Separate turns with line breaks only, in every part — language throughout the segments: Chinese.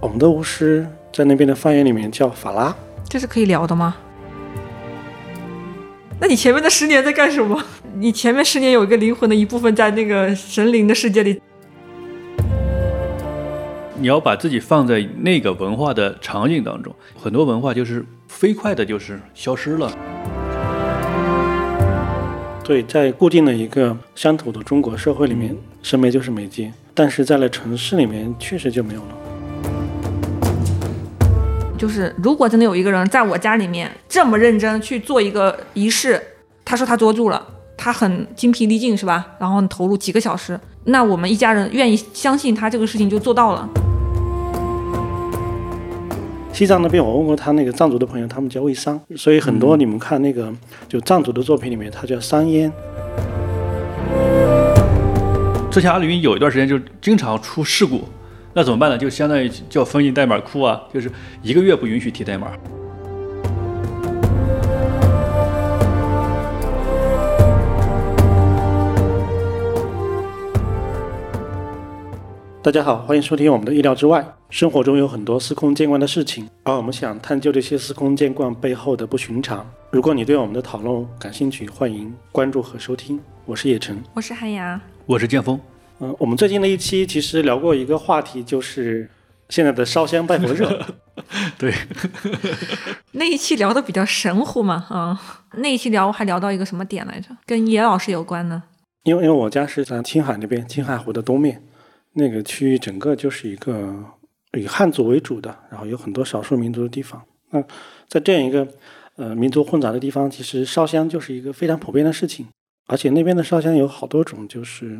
我们的巫师在那边的方言里面叫法拉。
这是可以聊的吗？那你前面的十年在干什么？你前面十年有一个灵魂的一部分在那个神灵的世界里，
你要把自己放在那个文化的场景当中，很多文化就是飞快的，就是消失了。
对，在固定的一个乡土的中国社会里面，审美就是媒介，但是在了城市里面，确实就没有了。
就是如果真的有一个人在我家里面这么认真去做一个仪式，他说他捉住了，他很精疲力尽是吧？然后很投入几个小时，那我们一家人愿意相信他这个事情就做到了。
西藏那边，我问过他那个藏族的朋友，他们叫卫桑，所以很多你们看那个就藏族的作品里面，它叫桑烟。
之前阿里云有一段时间就经常出事故，那怎么办呢？就相当于叫封印代码库啊，就是一个月不允许提代码。
大家好，欢迎收听我们的《意料之外》。生活中有很多司空见惯的事情，而我们想探究这些司空见惯背后的不寻常。如果你对我们的讨论感兴趣，欢迎关注和收听。我是叶晨，
我是韩牙，
我是剑锋。
嗯，我们最近的一期其实聊过一个话题，就是现在的烧香拜佛热。
对，
那一期聊的比较神乎嘛，啊、嗯，那一期聊还聊到一个什么点来着？跟野老师有关呢？
因为因为我家是在青海那边，青海湖的东面，那个区域整个就是一个以汉族为主的，然后有很多少数民族的地方。那在这样一个呃民族混杂的地方，其实烧香就是一个非常普遍的事情，而且那边的烧香有好多种，就是。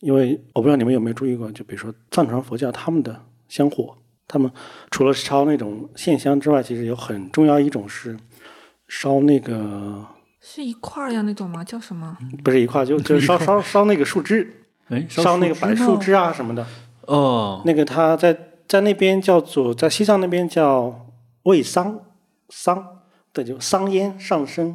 因为我不知道你们有没有注意过，就比如说藏传佛教他们的香火，他们除了烧那种线香之外，其实有很重要一种是烧那个
是一块儿呀那种吗？叫什么？
不 是一块，就就是烧烧烧那个树枝，
哎，
烧那个柏树枝啊什么的。
哦，
那个他在在那边叫做在西藏那边叫卫桑桑，对，就桑烟上升。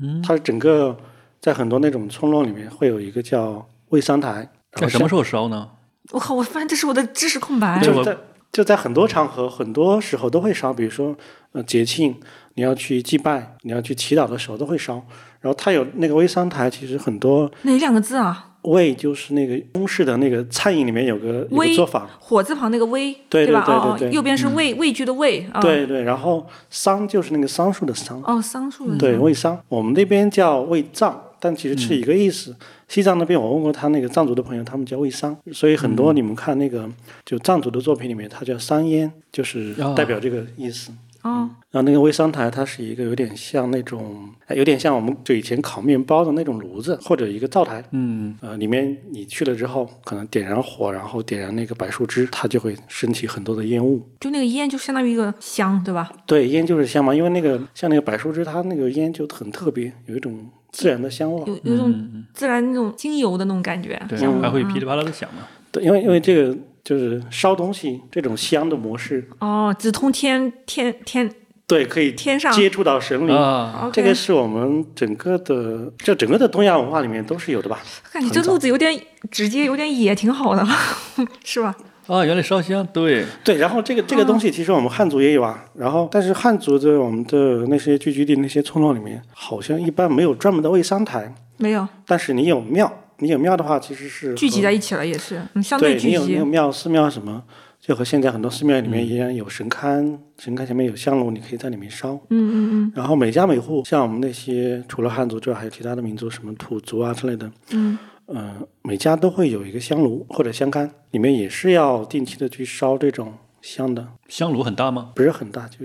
嗯，
它整个在很多那种村落里面会有一个叫卫桑台。
在什么时候烧呢？
我靠！我发现这是我的知识空白。
就在就在很多场合、很多时候都会烧，比如说呃节庆，你要去祭拜、你要去祈祷的时候都会烧。然后它有那个微商台，其实很多
哪两个字啊？
微就是那个中式的那个餐饮里面有个有个做法，
火字旁那个微，
对
吧？哦
对对对，嗯
右边是畏畏惧的畏。啊
对对，然后桑就是那个桑树的桑。
哦，桑树的。
对，畏桑，我们那边叫畏藏。但其实是一个意思。嗯、西藏那边，我问过他那个藏族的朋友，他们叫卫桑，所以很多你们看那个、嗯、就藏族的作品里面，它叫桑烟，就是代表这个意思。
哦、嗯，
然后那个卫桑台，它是一个有点像那种，哎有点像我们就以前烤面包的那种炉子或者一个灶台。
嗯，
呃，里面你去了之后，可能点燃火，然后点燃那个柏树枝，它就会升起很多的烟雾。
就那个烟就相当于一个香，对吧？
对，烟就是香嘛，因为那个像那个柏树枝，它那个烟就很特别，有一种。自然的香味，
有有
嗯
种自然那种精油的那种感觉，
对，还会噼里啪啦的响嘛。
对，因为因为这个就是烧东西这种香的模式。
哦，直通天天天。
对，可以
天上哦
接触到神灵。
啊，
这个是我们整个的，就整个的东亚文化里面都是有的吧？
感觉这路子有点直接，有点野，挺好的， 是吧？
啊，原来烧香，对
对，然后这个这个东
哦
西其实我们汉族也有啊，嗯、然后但是汉族的我们的那些聚居地那些村落里面，好像一般没有专门的卫桑台，
没有，
但是你有庙，你有庙的话其实是
聚集在一起了，也是，嗯，相对聚集。
你有你有庙寺庙什么，就和现在很多寺庙里面一样，有神龛，嗯、神龛前面有香炉，你可以在里面烧，
嗯嗯嗯。
然后每家每户，像我们那些除了汉族之外，还有其他的民族，什么土族啊之类的，
嗯。
嗯、呃，每家都会有一个香炉或者香龛，里面也是要定期的去烧这种香的。
香炉很大吗？
不是很大，就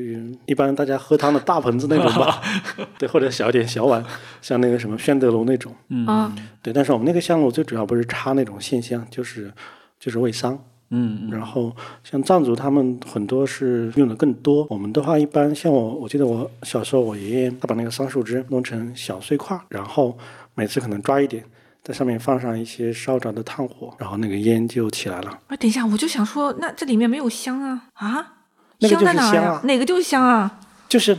一般大家喝汤的大盆子那种 吧，对，或者小一点小碗，像那个什么宣德炉那种。
哦
嗯，
对。但是我们那个香炉最主要不是插那种线香，就是就是喂桑。
嗯，
然后像藏族他们很多是用的更多，我们的话一般像我，我记得我小时候我爷爷他把那个桑树枝弄成小碎块，然后每次可能抓一点。在上面放上一些烧着的炭火，然后那个烟就起来了。
哎，等一下，我就想说，那这里面没有香啊啊？
那个就是
香
啊，
哪个就是香啊？
就是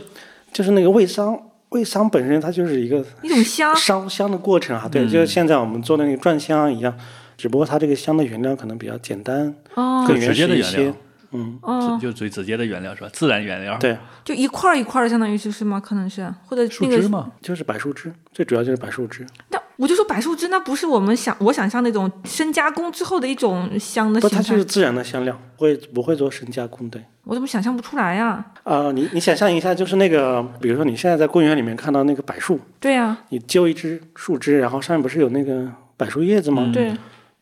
就是那个味桑，味桑本身它就是一个
一种 香
烧香的过程啊。对，嗯、就是现在我们做那个转香一样，只不过它这个香的原料可能比较简单，
哦，
更原
始
一些。嗯，
嗯，
就最直接的原料是吧？自然原料，
对，
就一块儿一块儿的，相当于就是吗？可能是或者
树
那
枝
个，
嘛，
就是柏树枝，最主要就是柏树枝。
但我就说柏树枝，那不是我们想我想象那种深加工之后的一种香的
不，
形
它就
态
是，自然的香料，不会不会做深加工。对，
我怎么想象不出来呀、
啊、你你想象一下，就是那个，比如说你现在在公园里面看到那个柏树，
对呀、
你揪一只树枝，然后上面不是有那个柏树叶子吗？
嗯
对，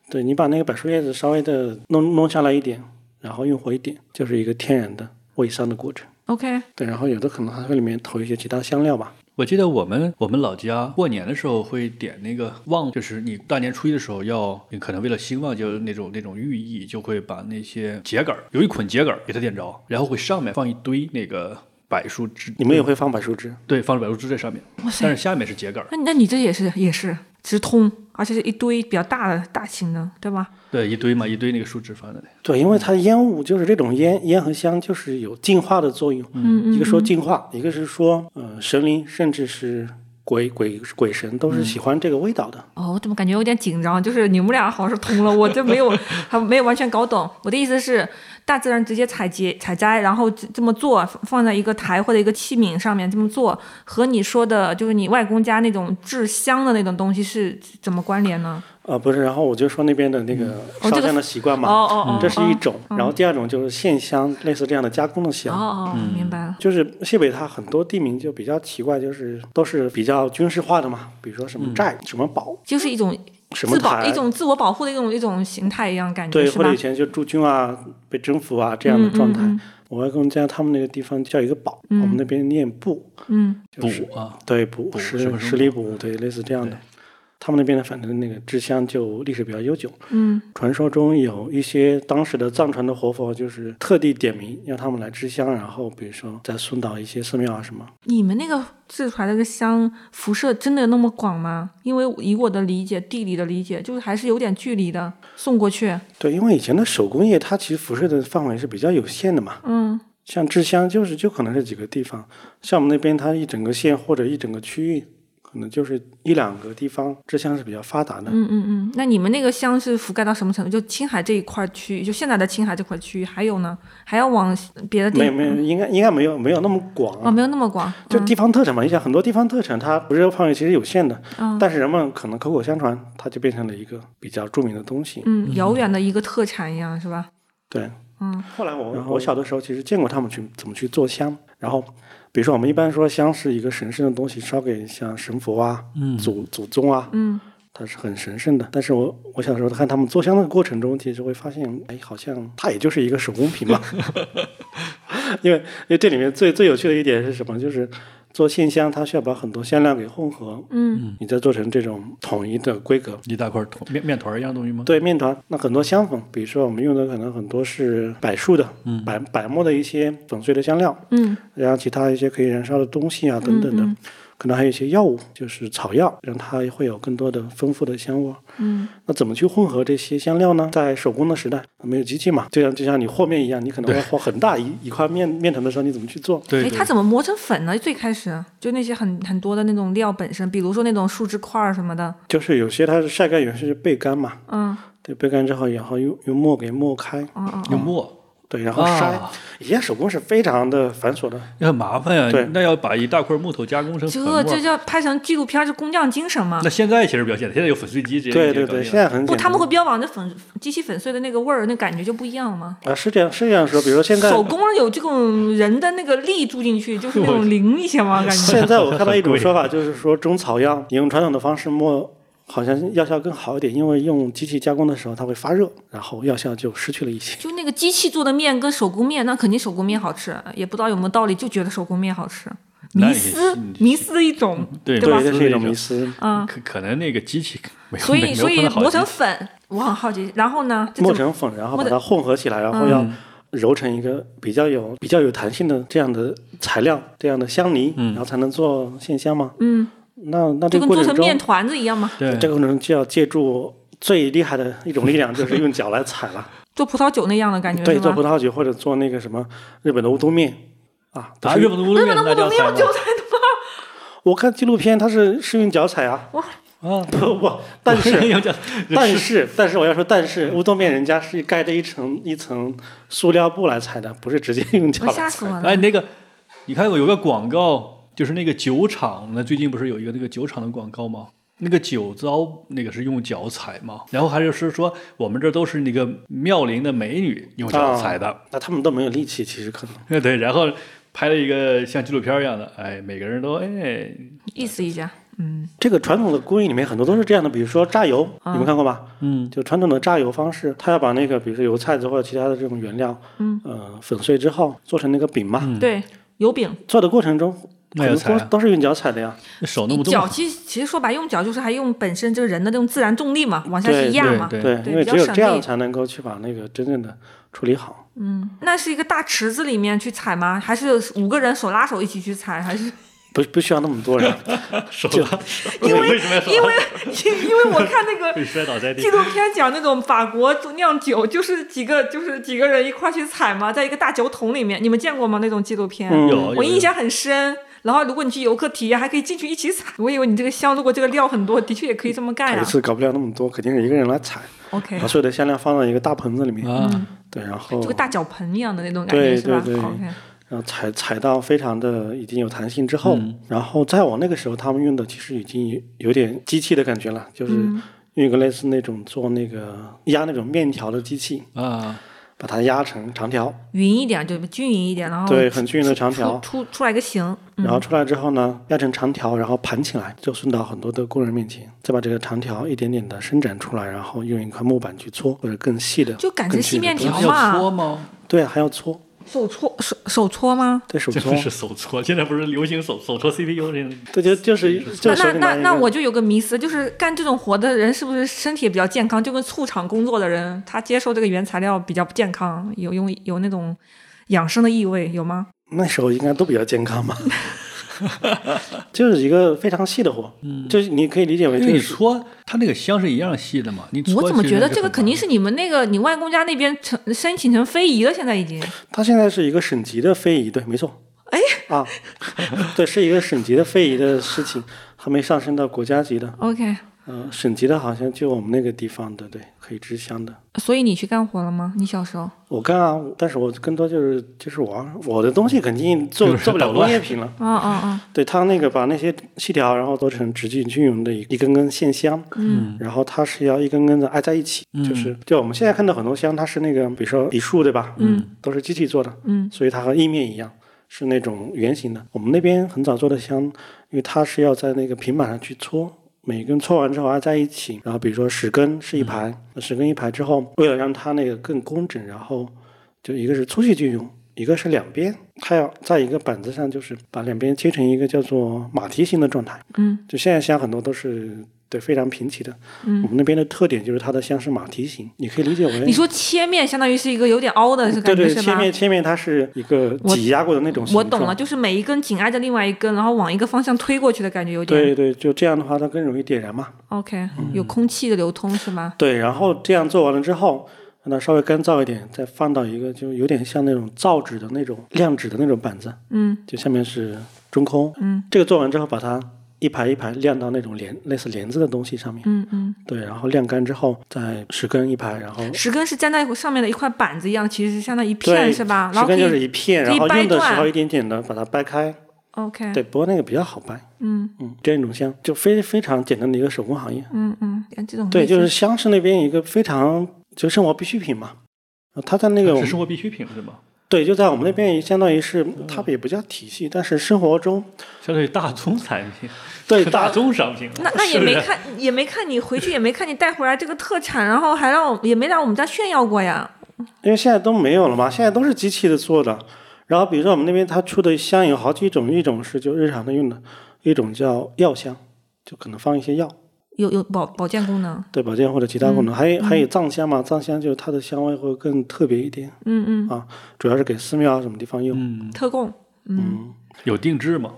对，你把那个柏树叶子稍微的弄弄下来一点，然后用火一点，就是一个天然的味香的过程。
OK，
对，然后有的可能还会里面投一些其他香料吧。
我记得我们我们老家过年的时候会点那个旺，就是你大年初一的时候要，你可能为了兴旺，就是那种那种寓意，就会把那些秸秆儿，有一捆秸秆儿给它点着，然后会上面放一堆那个柏树枝，
你们也会放柏树枝？
对，放柏树枝在上面，
哇塞
但是下面是秸秆儿，
那那你这也是也是直通，而且是一堆比较大的大型的，对吧？
对，一堆嘛，一堆那个树枝放在那里。
对，因为它烟雾就是这种烟烟和香，就是有净化的作用。
嗯嗯，
一个说净化，一个是说呃神灵，甚至是鬼鬼鬼神都
嗯
是喜欢这个味道的。
哦，我怎么感觉有点紧张？就是你们俩好像是通了，我这没有还没有完全搞懂。我的意思是，大自然直接采集采摘，然后这这么做，放在一个台或者一个器皿上面这么做，和你说的就是你外公家那种制香的那种东西是怎么关联呢？
啊，不是，然后我就说那边的那个烧
哦这个
香的习惯
哦
嘛，
哦哦，
嗯这是一
哦
种。然后第二种就是线香，类似这样的加工的
哦
香。
哦，
嗯
明白了。
就是西北，它很多地名就比较奇怪，就是都是比较军事化的嘛，比如说什么寨、什么堡、
就是一种
什么
自保、
台，
一种自我保护的一种一种形态一样感觉，
对，
是
或
吧
者以？前就驻军啊、被征服啊这样的状态。
嗯
我外公家他们那个地方叫一个堡，
嗯
我们那边念布，
嗯，
就是
补啊，
对补
补
十
什么什么
十里补，对，类似这样的
对。
他们那边的反正那个制香就历史比较悠久，
嗯
传说中有一些当时的藏传的活佛，就是特地点名让他们来制香，然后比如说在送到一些寺庙啊什么。
你们那个制出来的这个香辐射真的有那么广吗？因为以我的理解，地理的理解，就是还是有点距离的，送过去。
对，因为以前的手工业它其实辐射的范围是比较有限的嘛，
嗯
像制香就是就可能是几个地方，像我们那边它一整个县或者一整个区域，可能就是一两个地方制香是比较发达的。
嗯嗯嗯。那你们那个香是覆盖到什么程度？就青海这一块区域，就现在的青海这块区域，还有呢，还要往别的地
没有没有，应该应该没有没有那么广
哦，
啊，
没有那么广。
就
嗯
地方特产嘛。你想，很多地方特产它辐射范围其实有限的，
嗯
但是人们可能口口相传，它就变成了一个比较著名的东西。
嗯，遥远的一个特产一样是吧？
对，
嗯
后来我
然后
我小的时候其实见过他们去怎么去做香，然后比如说我们一般说香是一个神圣的东西，烧给像神佛啊、
嗯
祖祖宗啊，
嗯
它是很神圣的。但是我我小时候看他们做香的过程中，其实会发现，哎，好像它也就是一个手工品嘛。 因为因为这里面最最有趣的一点是什么？就是做线香，它需要把很多香料给混合，
嗯
你再做成这种统一的规格。
一大块团面面团儿一样东西吗？
对面团，那很多香粉，比如说我们用的可能很多是柏树的、
嗯
柏柏木的一些粉碎的香料，
嗯
然后其他一些可以燃烧的东西啊等等的，
嗯嗯
可能还有一些药物，就是草药，让它会有更多的丰富的香味儿。
嗯
那怎么去混合这些香料呢？在手工的时代，没有机器嘛，就像就像你和面一样，你可能
对
要和很大一一块面面团的时候，你怎么去做？
对
哎，
对
它怎么磨成粉呢？最开始啊就那些很很多的那种料本身，比如说那种树枝块儿什么的，
就是有些它是晒干，有些是焙干嘛。
嗯
对，焙干之后，然后用用墨给磨开，
嗯嗯
用磨，
对，然后筛。
啊
以前手工是非常的繁琐的，
那很麻烦呀、
对
那要把一大块木头加工成粉末
这
儿。
这叫拍成纪录片儿，是工匠精神嘛
那？现在其实比较简单，现在有粉碎机直接
对
给
对
你搞定
对，
了
现在很
不，
简
他
单
们会标榜这粉机器粉碎的那个味儿，那感觉就不一样了吗？
啊，是这样是这样说，比如说现在
手工有这种人的那个力住进去，就是那
我
种灵一些嘛，感觉。
现在我看到一种
很贵
说法，就是说中草药你用传统的方式磨，好像药效更好一点，因为用机器加工的时候它会发热，然后药效就失去了一些。
就那个机器做的面跟手工面，那肯定手工面好吃，也不知道有没有道理，就觉得手工面好吃，
那
迷
也
思
是你
迷思的一种，
对
吧？
这是一种迷思。
嗯，
可可能那个机器没有
所
没
以
有
所
碰
以
到好
磨
机
成
器
粉，我很好奇。然后呢，这
磨
怎么
成粉，然后
磨
把
的嗯
它混合起来，然后要揉成一个比较有比较有弹性的这样的材料，这样的香泥，然后才能做线香嘛。
嗯，
那那这个
就跟
过
做
程
成
中
面，团子一样嘛，
对
这个过程中就要借助。最厉害的一种力量就是用脚来踩了，
做葡萄酒那样的感觉
对，
是
做
吧
葡？萄酒或者做那个什么日本的乌冬面啊，都
啊，
是
日本的乌
日本
冬面
的
那
乌冬
叫
面
三
有韭菜的吗？
我看纪录片，它是是用脚踩啊，
啊，
不不，但是
要讲，
但是但是我要说，但是乌冬面人家是盖着一层一层塑料布来踩的，不是直接用脚
我
来
吓死
踩。
我了
哎，。那个，你看过有个广告，就是那个酒厂，那最近不是有一个那个酒厂的广告吗？那个酒糟那个是用脚踩吗？然后还有是说我们这都是那个妙龄的美女用
啊
脚踩的，
那他们都没有力气，其实可能。
对，然后拍了一个像纪录片一样的，哎，每个人都哎，
意思一下，嗯，
这个传统的工艺里面很多都是这样的，比如说榨油，
嗯
你们看过吧？
嗯，
就传统的榨油方式，它要把那个比如说油菜籽或者其他的这种原料，
嗯，
呃，粉碎之后做成那个饼嘛。
嗯
对，油饼，
做的过程中，
那
很
要
多
踩
都
啊，
都是用脚踩的呀。
那手弄
你
不动
脚
啊，
其实其实说白，用脚就是还用本身这个人的那种自然重力嘛，往下
对
去压嘛。
对
对，
对
因为
比
只
较
有
省
这样
力
才能够去把那个真正的处理好。
嗯，那是一个大池子里面去踩吗？还是五个人手拉手一起去踩？ 还是
不不需要那么多 人，
手啊
就
因为
为什么要手
因为因为我看那个
被摔倒在地
纪？录片讲那种法国酿酒，就是几个就是几个人一块去采嘛，在一个大酒桶里面，你们见过吗？那种纪录片，
嗯
有，
我
有
印象很深。然后如果你去游客体验，还可以进去一起采。我以为你这个香，如果这个料很多，的确也可以这么干
他一
呀、
次搞不了那么多，肯定是一个人来踩，
OK，
哦
把所有的香料放到一个大盆子里面，
啊，
对，然后
就跟大脚盆一样的那种感觉
对
是吧
对对
？OK，
然后踩踩到非常的已经有弹性之后，
嗯
然后再往那个时候，他们用的其实已经有有点机器的感觉了，就是
嗯
用一个类似那种做那个压那种面条的机器，
啊，
把它压成长条，
匀一点就均匀一点，然后
对，很均匀的长
出
条。
出出来一个形，嗯
然后出来之后呢，压成长条，然后盘起来，就送到很多的工人面前，再把这个长条一点点的伸展出来，然后用一块木板去搓，或者更细的，
就感觉
更细
细
的
面
东西
条
要搓
嘛，
吗？
对，还要搓，
手搓手手搓吗？
对手
这
搓
不，是手搓，现在不是流行手手搓 CPU 这个。
对，就就是就
那
手
那
里
那
拿一
那
个
我就有个迷思，就是干这种活的人是不是身体也比较健康？就跟醋厂工作的人，他接受这个原材料比较不健康，有用有那种养生的意味，有吗？
那时候应该都比较健康 吧，就是一个非常细的活，嗯，就是你可以理解为
因
就
为你
是
搓，它那个香是一样细的嘛。你搓
我怎么
其实
觉得
还
这个
很
肯定
麻
是你们那个你外公家那边成申请成非遗了，现在已经
它现在是一个省级的非遗，对，没错，哎啊，对，是一个省级的非遗的事情，还没上升到国家级的，
OK。
呃，省级的好像就我们那个地方的，对，可以制香的。
所以你去干活了吗？你小时候
我干啊，但是我更多就是就是玩，我的东西肯定做
就是
做不了
捣乱
工业品了。
啊啊啊！
对他那个把那些细条，然后做成直径均匀的一一根根线香，
嗯，
然后它是要一根根的挨在一起，
嗯
就是就我们现在看到很多香，它是那个比如说笔树对吧，
嗯，
都是机器做的，
嗯，
所以它和意面一样是那种圆形的。我们那边很早做的香，因为它是要在那个平板上去搓。每根搓完之后挨在一起，然后比如说十根是一排，
嗯
十根一排之后，为了让它那个更工整，然后就一个是粗细均匀，一个是两边，它要在一个板子上，就是把两边切成一个叫做马蹄形的状态。
嗯，
就现在香很多都是对非常平齐的。嗯，我们那边的特点就是它的香是马蹄形，你可以理解为
你说切面相当于是一个有点凹的
对
感觉
对，
是
切
吧？
面切面它是一个
我
挤压过的那种形
我
状。
懂了，。就是每一根紧挨着另外一根，然后往一个方向推过去的感觉，有点
对嗯对，就这样的话，它更容易点燃嘛。
OK，有空气的流通是吗？
对，然后这样做完了之后，让它稍微干燥一点，再放到一个就有点像那种造纸的那种亮纸的那种板子，
嗯
就下面是中空。
嗯，
这个做完之后，把它一排一排晾到那种帘类似帘子的东西上面。
嗯嗯，
对，然后晾干之后，再十根一排，然后
石根是粘在上面的一块板子一样，其实相当于一
对
片是吧？啊然
十
后可
根就是
以
一片，
可
然
以
后
掰
用的时候
断嗯
一点点的把它掰开。
OK，
对，不过那个比较好掰。
嗯
嗯，这种香就非非常简单的一个手工行业。
嗯嗯，像这种
对，
类
就是
型
香是那边一个非常就生活必需品嘛。呃它在那
烦
个我
啊是
们
生嗯活必需品是吗？
对，就在我们那边也相当于是，它也不叫体系，但是生活中
相当于大宗产品，
对
大
大
宗商品。
那那也
是
没看也没看你回去也没看你带回来这个特产，然后还让我也没让我们家炫耀过呀。
因为现在都没有了嘛，现在都是机器的做的。然后比如说我们那边它出的香有好几种，一种是就日常的用的，一种叫药香，就可能放一些药，
有有保保健功能，
对保健或者其他功
嗯
能。还有还有藏香嘛，藏香就是它的香味会更特别一点，啊
嗯嗯，
主要是给寺庙啊什么地方用。
嗯，
特供，嗯，
嗯，
有定制吗？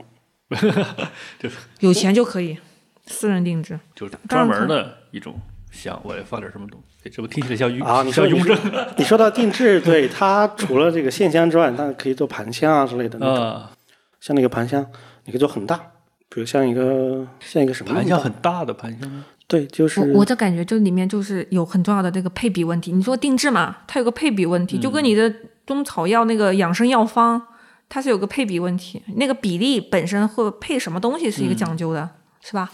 有钱就可以，私人定制。
就是专门的一种香，我也放点什么东西。这不听起来像雍
啊你说
像雍正
你说到定制，对它除了这个线香之外，它可以做盘香啊之类的那种。
啊？
像那个盘香，你可以做很大，比如像一个像一个什么
盘香很大的盘香吗？
对，就是
我我的感觉就里面就是有很重要的这个配比问题。你说定制嘛，它有个配比问题，
嗯
就跟你的中草药那个养生药方，它是有个配比问题，那个比例本身会配什么东西是
嗯
一个讲究的，是吧？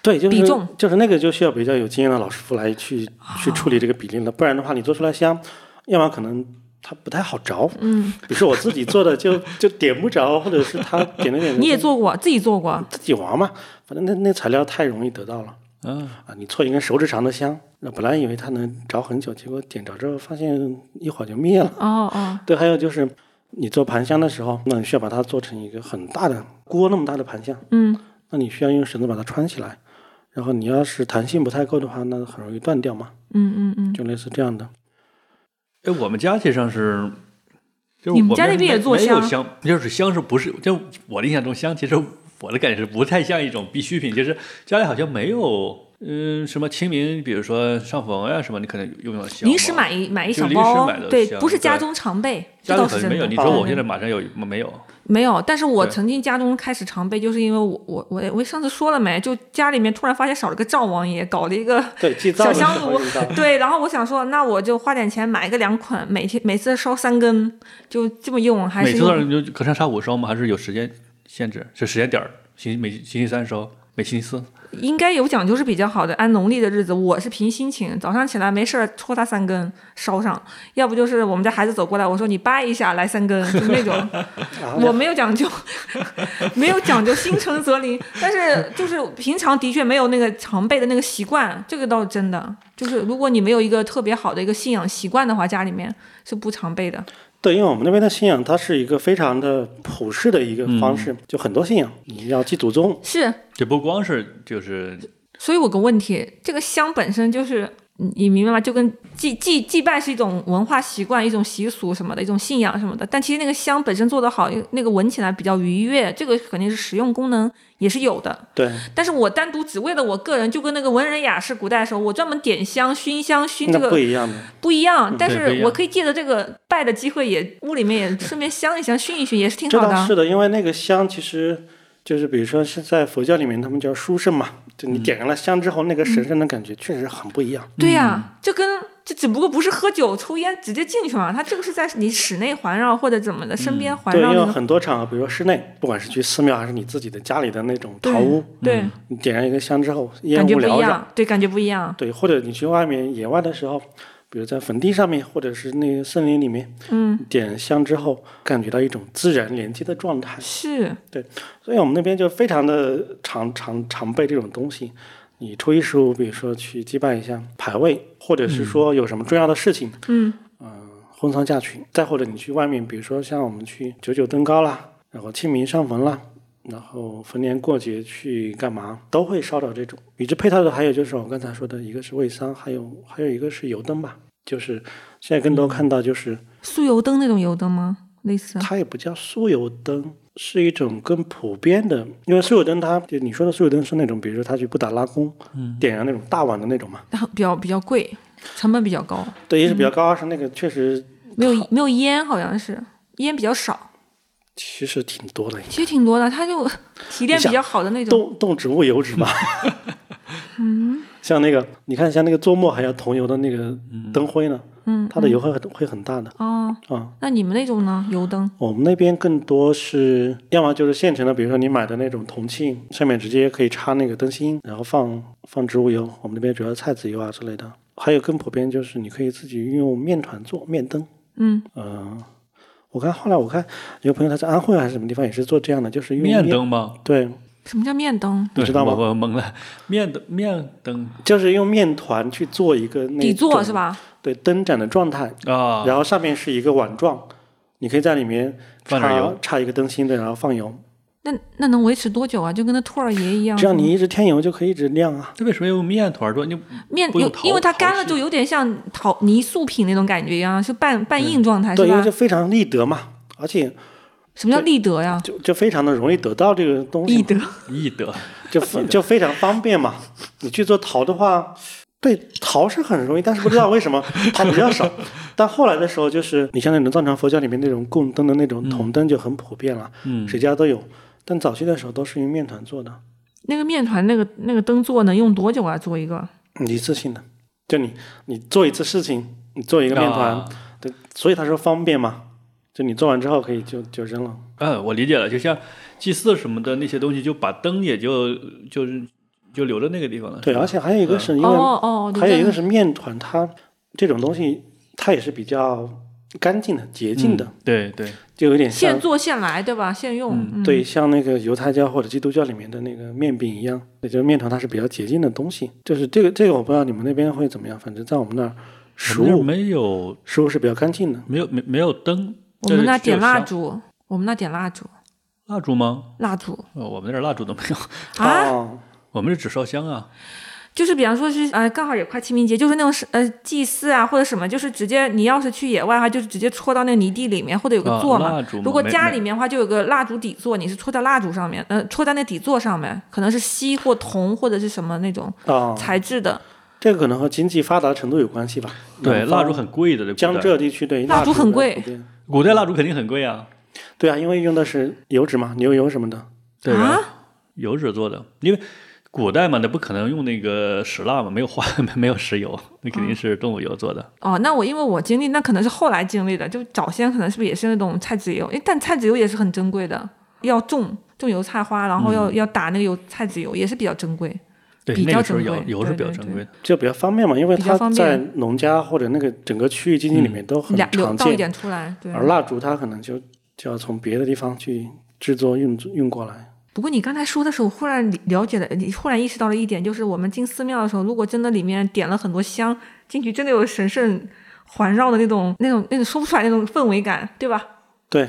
对，就是
比重
就是那个就需要比较有经验的老师傅来去去处理这个比例了，不然的话你做出来香，要么可能它不太好着，
嗯，
比如说我自己做的就 就点不着，或者是它点了点
你也做过，自己做过，
自己玩嘛，反正那那材料太容易得到了
嗯，
啊，你错一根手指长的香，那本来以为它能着很久，结果点着之后发现一会儿就灭了。
哦哦，
对，还有就是你做盘香的时候，那你需要把它做成一个很大的锅那么大的盘香。
嗯，
那你需要用绳子把它穿起来，然后你要是弹性不太够的话，那很容易断掉嘛，
嗯嗯嗯，
就类似这样的。
哎，我们家其实上是，就是
你们
我
家那边也做
没有
香
香，就是香是不是？就我的印象中，香其实我的感觉是不太像一种必需品，就是家里好像没有，嗯，什么清明，比如说上坟呀、什么，你可能用用到香。
临时买。一买一
就
小
临时
包
买的，
对，
香
不是家
对
中常备，这
家里
倒
可
是真
能没
的。
有，你说我
嗯
现在马上有没有？
没有，但是我
对
曾经家中开始常备，就是因为我我我我上次说了没，就家里面突然发现少了个灶王爷，搞了一个
对，祭灶
小
的时
香
候
炉
用到，
对，然后我想说，那我就花点钱买一个两捆，每天每次烧三根，就这么用，还
每
是
次都
用
让你就隔三差五烧吗？还是有时间限制？是时间点儿，星期每星期三烧，每星期四。
应该有讲究是比较好的。按农历的日子，我是凭心情，早上起来没事儿戳它三根烧上，要不就是我们家孩子走过来，我说你掰一下来三根，就那种。
啊
我没有讲究， 没有讲究，心诚则灵。但是就是平常的确没有那个常备的那个习惯，这个倒是真的。就是如果你没有一个特别好的一个信仰习惯的话，家里面是不常备的。
对，因为我们那边的信仰，它是一个非常的普世的一个方式，就很多信仰，你要祭祖宗，
是，
这不光是就是
所以我有个问题，这个香本身就是你你明白吗？就跟祭祭祭拜是一种文化习惯、一种习俗什么的，一种信仰什么的。但其实那个香本身做得好，那个闻起来比较愉悦，这个肯定是实用功能也是有的。
对，
但是我单独只为了我个人，就跟那个文人雅士古代的时候，我专门点香熏香熏这
那不
个
一样的。
不一样。但
不一
是
样
我可以借着这个拜的机会也，屋里面也顺便香一香、熏一熏，也是挺
这
好的
倒
啊。
是的，因为那个香其实就是，比如说是在佛教里面，他们叫殊胜嘛，就
嗯
你点燃了香之后，那个神圣的感觉确实很不一样。
对呀、这跟这只不过不是喝酒抽烟直接进去嘛，它这个是在你室内环绕或者怎么的，身边环
对，嗯因
绕
为
那个。
很多场合，比如说室内，不管是去寺庙还是你自己的家里的那种
对
堂屋，
对，
你点燃一个香之后，烟
感觉
雾
不一
缭绕。
样，对，感觉不一样。
对，或者你去外面野外的时候，比如在坟地上面，或者是那个森林里面，
嗯，
点香之后，感觉到一种自然连接的状态。
是，
所以我们那边就非常的常常常备这种东西。你初一十五，比如说去祭拜一下牌位，或者是说有什么重要的事情，呃
嗯，
婚丧嫁娶，再或者你去外面，比如说像我们去九九登高啦，然后清明上坟啦，然后逢年过节去干嘛，都会烧到这种。与之配套的还有就是我刚才说的，一个是卫桑，还有还有一个是油灯吧，就是现在更多看到就是
酥油灯那种油灯吗？类似？
它也不叫酥油灯，是一种更普遍的，因为酥油灯它就你说的酥油灯是那种，比如说他去布达拉宫，
嗯
点燃那种大碗的那种嘛，
然后比较比较贵，成本比较高，
对，一是比较高，二是
嗯
那个确实
没有没有烟，好像是烟比较少，
其实挺多的。
其实挺多的。它就 提炼比较好的那种，
动动植物油脂 吧。嗯，像那个，你看，像那个做墨还要桐油的那个灯灰呢，
嗯，
它的油会很会很大的
哦，
啊。
那你们那种呢？油灯
我们那边更多是，要么就是现成的，比如说你买的那种铜器，上面直接可以插那个灯芯，然后放放植物油。我们那边主要是菜籽油啊之类的，还有更普遍就是你可以自己用面团做面灯。
嗯，
呃，我看后来我看有朋友他在安徽还是什么地方也是做这样的，就是用
面灯吗？
对，
什么叫面灯？
你知道吗
我我懵了，面灯面灯
就是用面团去做一个那
底座
种
是吧？
对灯盏的状态，
啊，
然后上面是一个碗状，你可以在里面
放点
插
油
插一个灯芯的，然后放油，
那那能维持多久啊？就跟那兔儿爷一样。
这样你一直添油就可以一直亮啊。
这为什么要用面团儿做？你
面
不
有
用淘，
因为它
淘
干了
气
就有点像淘泥塑品那种感觉一样，是半半硬状态、
对，
是
因为
吧
这？非常立德嘛，而且
什么叫立德呀？
就就非常的容易得到这个东西
立
嘛，
德，
易得，
就非就非常方便嘛。你去做陶的话。对陶是很容易，但是不知 道为什么陶比较少。但后来的时
嗯
候，就是你像那种藏传佛教里面那种供灯的那种铜灯就很普遍了，
嗯
谁家都有。但早期的时候都是用面团做的，
那个面团那个那个灯座能用多久啊？做一个？
嗯一次性的，就你你做一次事情，你做一个面团，
啊
对，所以他说方便嘛，就你做完之后可以就就扔了。
嗯，我理解了，就像祭祀什么的那些东西，就把灯也就就是就留在那个地方了。
对，
是吧
而且还有一个是因为
嗯哦哦，
还有一个
是
是面团，它这种东西它也是比较干净的、洁净的，
嗯对对，
就有点
现
像
做现来，对吧？现用。
嗯
嗯
对像那个犹太教或者基督教里面的那个面饼一样，也就是面团，它是比较洁净的东西。就是这个这个我不知道你们那边会怎么样，反正在我们那儿食
我们那儿
物
没有
食物是比较干净的。
没有没没有灯，
我们那
但是只有
点蜡
香
烛，我们那点蜡烛，
蜡烛吗？
蜡烛
呃，我们那儿蜡烛都没有，
啊，
哦
我们是只烧香啊。
就是比方说是呃，刚好也快清明节，就是那种是呃祭祀啊或者什么，就是直接你要是去野外的话，就是直接戳到那个泥地里面，或者有个
啊
座嘛。
蜡烛嘛
如果
没
家
没
里面的话，就有个蜡烛底座，你是戳在蜡烛上面，呃，戳在那底座上面，可能是锡或铜或者是什么那种
哦，
材质的。
这个可能和经济发达程度有关系吧。南
对，
方
蜡烛很贵的，对不对
江浙地区对
蜡烛很贵
的普遍
古代蜡烛肯定很贵啊。
对啊，因为用的是油脂嘛，牛油什么的。
对
啊，
油脂做的，因为古代嘛，那不可能用那个石蜡嘛，没有化， 没有石油，那
啊
肯定是动物油做的。
哦，那我因为我经历那可能是后来经历的，就早先可能是不是也是那种菜籽油？诶但菜籽油也是很珍贵的，要种种油菜花，
嗯
然后要、要打那个油菜籽油也是比较珍贵。
对，
比较
那个时候
珍
油
贵
油是比较
对对
珍贵的。
就比较方便嘛，因为
比较
它
方便嗯
在农家或者那个整个区域经济里面都很
两留
常
倒一
见，
点出来，对。
而蜡烛它可能就就要从别的地方去制作运运过来。
不过你刚才说的时候，我忽然了解了，你忽然意识到了一点，就是我们进寺庙的时候，如果真的里面点了很多香，进去真的有神圣环绕的那种、 那种、那种说不出来那种氛围感，对吧？
对，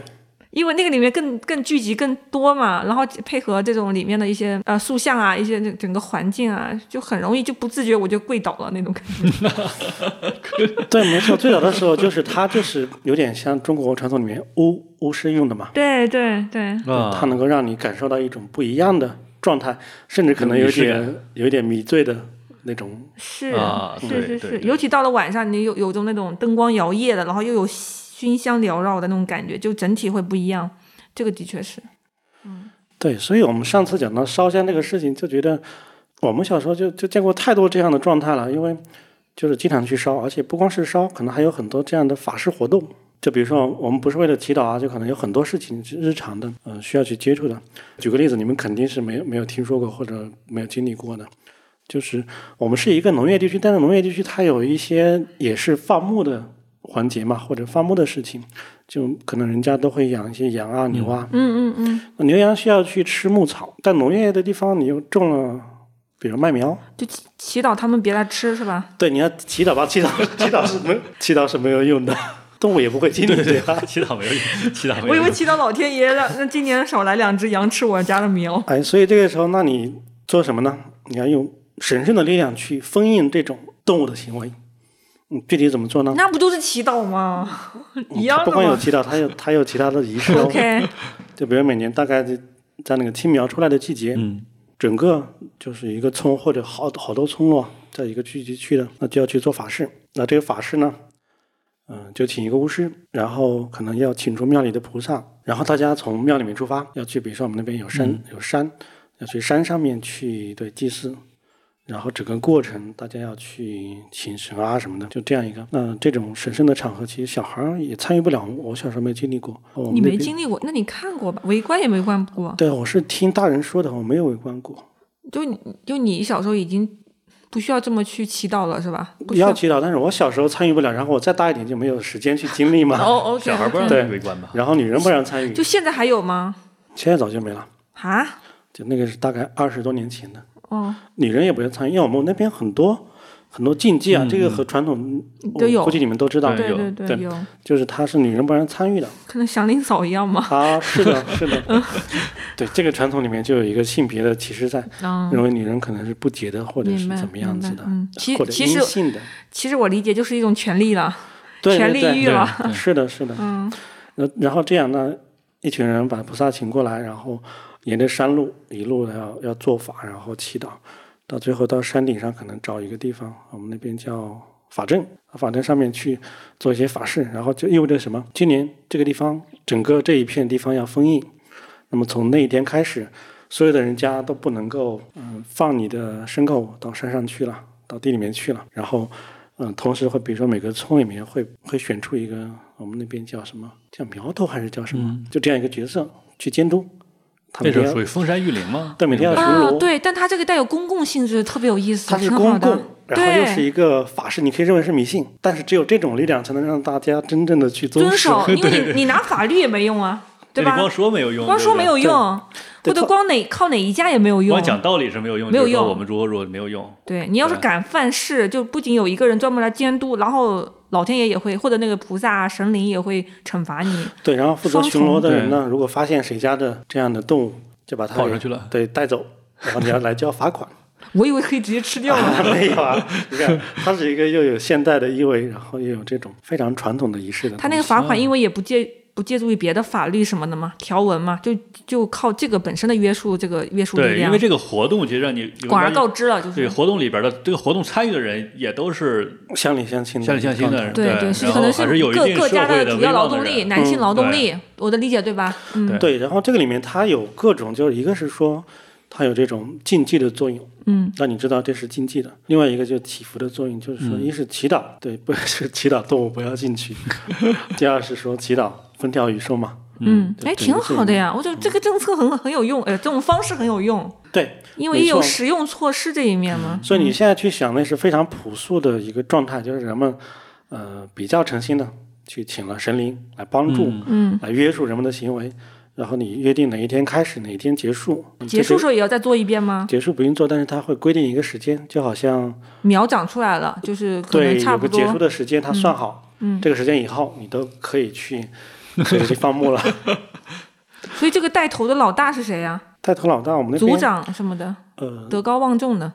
因为那个里面更更聚集更多嘛，然后配合这种里面的一些呃塑像啊，一些那整个环境啊，就很容易就不自觉我就跪倒了那种感觉。
对，没错。最早的时候就是它就是有点像中国传统里面巫巫师用的嘛，
对对对，
啊，
它能够让你感受到一种不一样的状态，甚至可能有
有仪式
点有一点迷醉的那种。
是、
啊对
是是
对
是，
对
尤其到了晚上，你有有种那种灯光摇曳的，然后又有熏香缭绕的那种感觉，就整体会不一样。这个的确是，
对，所以我们上次讲到烧香这个事情，就觉得我们小时候就就见过太多这样的状态了，因为就是经常去烧，而且不光是烧，可能还有很多这样的法事活动。就比如说，我们不是为了祈祷啊，就可能有很多事情是日常的，嗯、需要去接触的。举个例子，你们肯定是没有没有听说过或者没有经历过的，就是我们是一个农业地区，但是农业地区它有一些也是放牧的环节嘛，或者放牧的事情，就可能人家都会养一些羊啊、牛啊，
嗯嗯嗯，
牛羊需要去吃牧草，但农业的地方你又种了，比如麦苗，
就祈祈祷他们别来吃是吧？
对，你要祈祷吧，祈祷 祈祷是没祈祷是没有用的， 动物也不会听你的呀。
祈祷没有用，祈祷
我
没有
以
用
为。祈祷老天爷让让今年少来两只羊吃我家的苗。
哎，所以这个时候，那你做什么呢？你要用神圣的力量去封印这种动物的行为。嗯，具体怎么做呢？
那不就是祈祷吗？
它
一样
不
的
光有
吗
祈祷，它有它有其他的仪式 哦。
？OK，
就比如每年大概在在那个青苗出来的季节，
嗯，
整个就是一个村或者好好多村落，在一个聚集区的，那就要去做法事。那这个法事呢，嗯、就请一个巫师，然后可能要请出庙里的菩萨，然后大家从庙里面出发，要去，比如说我们那边有山，有山，要去山上面去对祭祀。然后整个过程，大家要去请神啊什么的，就这样一个。那这种神圣的场合，其实小孩儿也参与不了。我小时候没经历过，我们
你
那
没
边
经历过，那你看过吧？围观也没观过，
对，我是听大人说的，我没有围观过。
就你就你小时候已经不需要这么去祈祷了是吧？不需
要祈祷，但是我小时候参与不了，然后我再大一点就没有时间去经历嘛。
哦，OK，
小孩不让
OK
对
围观吧？
然后女人不让参与
就，现在还有吗？
现在早就没了，
啊？
就那个是大概二十多年前的。
哦，
女人也不愿参与，因为我们那边很多很多禁忌啊，
嗯
这个和传统
嗯都有
我估计你们都知道，
对
对
有
对对，
哎对
有，
就是她是女人不让参 与的。
可能祥林嫂一样嘛。
啊，是的，是的，
嗯
对，这个传统里面就有一个性别的歧视在，
嗯，
认为女人可能是不洁的，或者是
明白
怎么样子
明白
的，
嗯其
或者
其
阴
实
性的，
其实我理解就是一种权利了，
对
权
对对
利欲了。
对
是的，是的，
嗯，
然然后这样呢，一群人把菩萨请过来，然后沿着山路一路要要做法，然后祈祷，到最后到山顶上可能找一个地方，我们那边叫法阵，法阵上面去做一些法事，然后就意味着什么？今年这个地方整个这一片地方要封印，那么从那一天开始，所有的人家都不能够嗯、放你的牲口到山上去了，到地里面去了。然后嗯、同时会比如说每个村里面会会选出一个我们那边叫什么叫苗头还是叫什么，就这样一个角色去监督。他
那
们
时候
要
属于封山育林吗？
对每天要
那种感觉
巡
啊
逻，
对，但它这个带有公共性质，特别有意思，
它是
挺
公
好
共
的。，
然后又
对
是一个法式，你可以认为是迷信，但是只有这种力量才能让大家真正的去遵
遵守，因为你你拿法律也没用啊，对吧
你？光说没有用，
光说没有
对
用，
对
或者光哪靠哪一家也没有
不对，
用
光。讲道理是没有用，
没有
就是说
用
我们如果没有用，
对你要是
对
敢犯事，就不仅有一个人专门来监督，然后老天爷也会，或者那个菩萨、啊神灵也会惩罚你。
对，然后负责
双
巡
重
逻的人呢，如果发现谁家的这样的动物，就把它
跑上去了
对，带走，然后你要来交罚 款。
我以为可以直接吃掉了。
没有啊，你看，它是一个又有现代的意味，然后又有这种非常传统的仪式的东西。
他那个罚款，因为也不借不借助于别的法律什么的嘛，条文嘛，就就靠这个本身的约束，这个约束力
对，因
量
为，这个活动其实让你
广而告之了，就
对
是。
活动里边的这个活动参与的人也都是
乡里乡亲的
乡里乡亲的
状态
人，
对
对，
是
然
可
后
能
还是有一
各
定
各
社
家
会
的
的
主
威
要劳
望的
动力，
人
男性劳动
对
力，我的理解对吧？嗯，
对，
对
然后这个里面它有各种，就是一个是说它有这种禁忌的作用，
嗯，
让你知道这是禁忌的；另外一个就是祈福的作用，就是说
嗯
一是祈祷，对，不是祈祷动物不要进 去；第二是说祈祷风调雨顺嘛，
嗯，
对
哎，
对
挺
这
好
个
的呀，我觉得这个政策很很有用，哎，这种方式很有用，
对，
因为
没
也有
错
实用措施这一面嘛。
所以你现在去想，那是非常朴素的一个状态，就是人们呃比较诚心的去请了神灵来帮助，
嗯，
来约束人们的行为。然后你约定哪一天开始，哪一天结束，
结束时候也要再做一遍吗？
结束不用做，但是它会规定一个时间，就好像
苗长出来了，就是可能
对
差
有
不
个结束
多。
的时间，它算好，
嗯
这个时间以后你都可以去可以去放牧 了。
所以这个带头的老大是谁呀？
带头老大，我们那
组
边
长什么的，
呃，
德高望重的。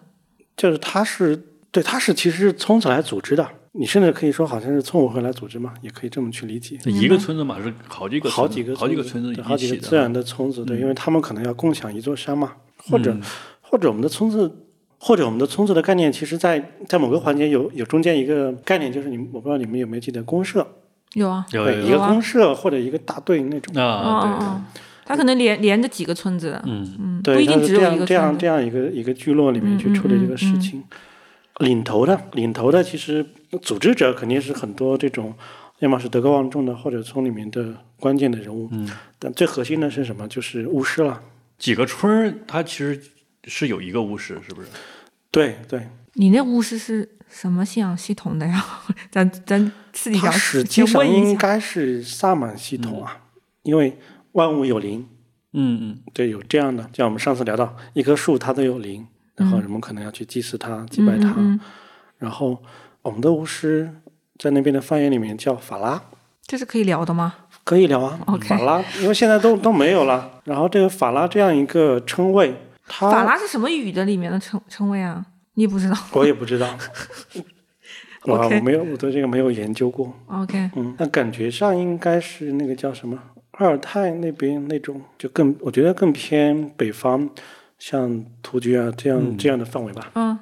就是他是对，他是其实是村子来组织的，你甚至可以说好像是村委会来组织嘛，也可以这么去理解。
一个村子嘛是好几个村子
好几个
好几个
村
村子
对好
一
几
起
个自
的，嗯
然的村子，对，因为他们可能要共享一座山嘛，或者或者我们的村子。或者我们的村子的概念，其实在，在某个环节有有中间一个概念，就是你们我不知道你们有没有记得公社，
有啊，
有
对
有
一
有
个
啊
公社或者一个大队那种，
嗯嗯
啊，
嗯，他可能连连着几个村子的，
对，嗯，
嗯，不
对，
一
它
定
是
只
这
有一
样
个嗯
这样
村子。
这样一个一个聚落里面去处理这个事情。领头的领头的，其实组织者肯定是很多这种，要么是德高望重的，或者村里面的关键的人物。
嗯，
但最核心的是什么？就是巫师了。
几个村儿它其实是有一个巫师，是不是？
对对，
你那巫师是什么信仰系统的呀？ 咱咱私底
它
下
实际
先
上
问一
应
下。
该是萨满系统啊，因为万物有灵，
嗯嗯，
对，有这样的，像我们上次聊到，一棵树它都有灵，然后人们可能要去祭祀它、祭拜它。
嗯嗯嗯嗯
然后我们的巫师在那边的方言里面叫法拉。
这是可以聊的吗？
可以聊啊
OK
法拉，因为现在都都没有了。然后这个法拉这样一个称谓，它
法拉是什么语的里面的称称谓啊？你也不知道
我也不知道，我
OK
我没有，我对这个没有研究过。
？OK，
嗯，那感觉上应该是那个叫什么阿尔泰那边那种，就更我觉得更偏北方，像突厥啊这样、这样的范围吧。
嗯，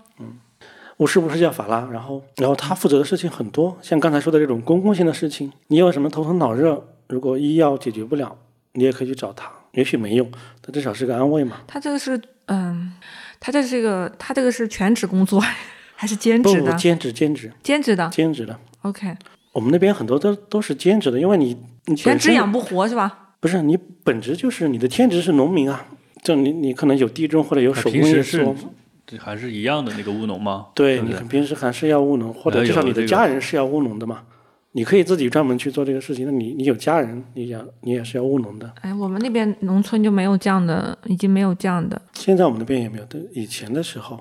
我是不是叫法拉？然后，然后他负责的事情很多，像刚才说的这种公共性的事情，你有什么头疼脑热，如果医药解决不了，你也可以去找他，也许没用，但至少是个安慰嘛。
他这个是嗯，他这是一个他这个是全职工作 还是兼
不
职，的？
兼职，兼职，
兼职的。
兼职的。
OK，
我们那边很多都都是兼职的，因为你你
但
本
只
身
养不活是吧？
不是你本职就是你的天职是农民啊，就你你可能有地种或者有
那
手工
平时
业
是
做，
这还是一样的那个务农吗？
对
不
你
对
很平时还是要务农，或者
哎
至少
有
你的
这个
家人是要务农的嘛。你可以自己专门去做这个事情，那你你有家人，你也你也是要务农的。
哎，我们那边农村就没有这样的，已经没有这样的。
现在我们那边也没有，但以前的时候，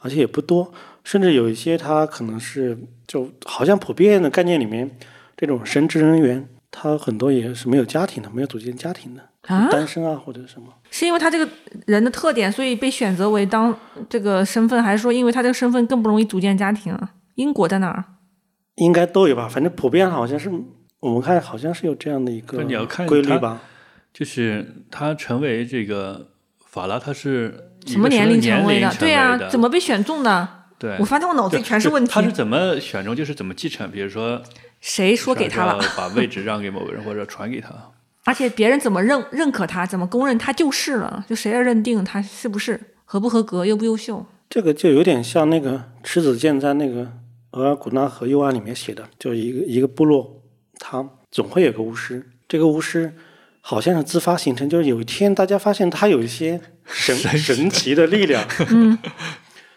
而且也不多，甚至有一些他可能是就好像普遍的概念里面，这种神职人员他很多也是没有家庭的，没有组建家庭的，
啊
单身啊或者什么。
是因为他这个人的特点，所以被选择为当这个身份，还是说因为他这个身份更不容易组建家庭啊？因果在哪儿？
应该都有吧，反正普遍好像是我们看好像是有这样的一个
但你要看
规律
他
吧。
就是他成为这个法拉，他是一个
什么年龄成
成
为
的？
对呀、
的
怎么被选中的？
对
我？发现我脑子里全是问
就他是
题。
怎么选中？就是怎么继承？比如说，啊
谁说给他了？
是要把位置让给某个人，或者传给他。啊
而且别人怎么认认可他，怎么公认他就是了，就谁来认定他是不是合不合格、优不优秀？
这个就有点像那个迟子建在那个《额尔古纳河右岸》里面写的，就一个一个部落，他总会有个巫师，这个巫师好像是自发形成，就是有一天大家发现他有一些神
神
神奇的力量，
嗯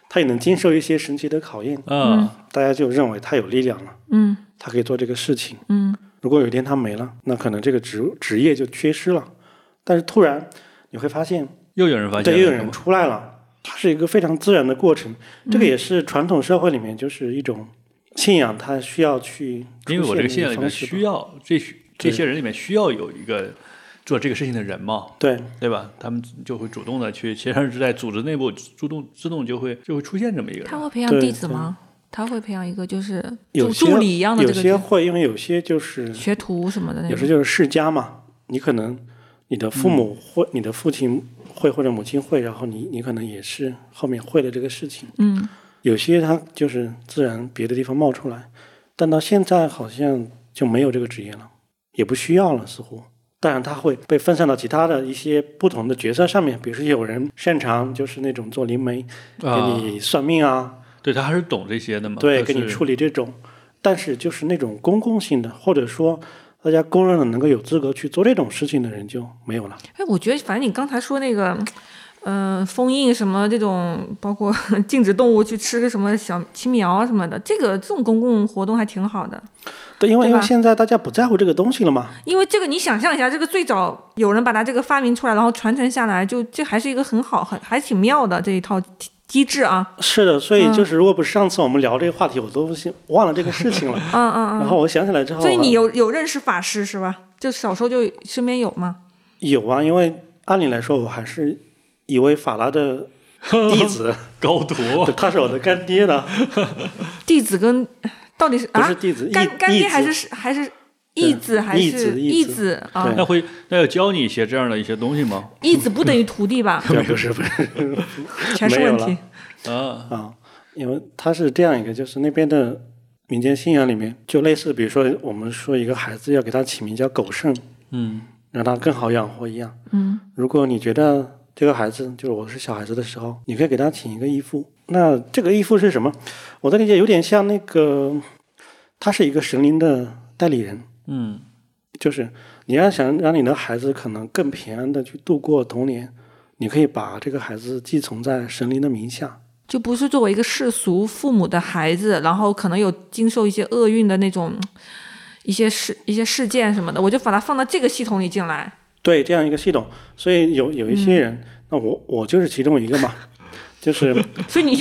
他也能经受一些神奇的考验，
嗯
大家就认为他有力量了，
嗯
他可以做这个事情。
嗯
如果有一天他没了，那可能这个职职业就缺失了。但是突然你会发现，
又有人发现
对，
了，
又有人出来了，它是一个非常自然的过程。
嗯
这个也是传统社会里面就是一种信仰，它需要去出
因为我这
现的一个
个信仰里
方
面
式吧
需要这这些人里面需要有一个做这个事情的人嘛，
对
对吧？他们就会主动的去，其实是在组织内部主动自动就会就会出现这么一个
他
人。啊
会培养
对
弟子吗？他会培养一个就是
有
助
些
助理一样的
有
这
些
个
会，因为有些就是
学徒什么的那
有时就
种。
是世家嘛，你可能你的父母
嗯
会，你的父亲会或者母亲会，然后你你可能也是后面会了这个事情。
嗯，
有些它就是自然别的地方冒出来，但到现在好像就没有这个职业了，也不需要了，似乎。当然，它会被分散到其他的一些不同的角色上面，比如说有人擅长就是那种做灵媒，
啊
给你算命啊，
对他还是懂这些的嘛？
对，
但
给你
是
处理这种。但是就是那种公共性的，或者说大家公认的能够有资格去做这种事情的人就没有了。
哎，我觉得反正你刚才说那个，嗯、封印什么这种，包括 禁止动物去吃个什么小青苗啊什么的，这个这种公共活动还挺好的。
对，因为
对
因为
吧
现在大家不在乎这个东西了嘛，
因为这个，你想象一下，这个最早有人把它这个发明出来，然后传承下来，就这还是一个很好、很还挺妙的这一套机机制啊。
是的，所以
嗯
就是如果不是上次我们聊这个话题，我都先忘了这个事情了。
嗯嗯
然
嗯。
后我想起来之后，
所以你有有认识法师是吧？就小时候就身边有吗？
有啊，因为按理来说我还是一位法拉的弟子，
高徒，
对他是我的干爹呢，
啊弟子跟到底是
不
啊
是？弟子，义
干干
义
爹
子
还 是是还是义子还
义子
是
义子
子啊
对？
那会那要教你一些这样的一些东西吗？
义子不等于徒弟吧？
对不是不是
全是
没有
问
了
题。
啊，
啊，因为他是这样一个，就是那边的民间信仰里面，就类似，比如说我们说一个孩子要给他起名叫狗剩，
嗯
让他更好养活一样。
嗯，
如果你觉得这个孩子就是我是小孩子的时候，你可以给他请一个义父。那这个义父是什么？我的理解有点像那个，他是一个神灵的代理人，
嗯
就是你要想让你的孩子可能更平安的去度过童年，你可以把这个孩子寄存在神灵的名下。
就不是作为一个世俗父母的孩子，然后可能有经受一些厄运的那种一些事、一些事件什么的，我就把它放到这个系统里进来。
对这样一个系统，所以有有一些
嗯
人，那我我就是其中一个 嘛，就是
所以你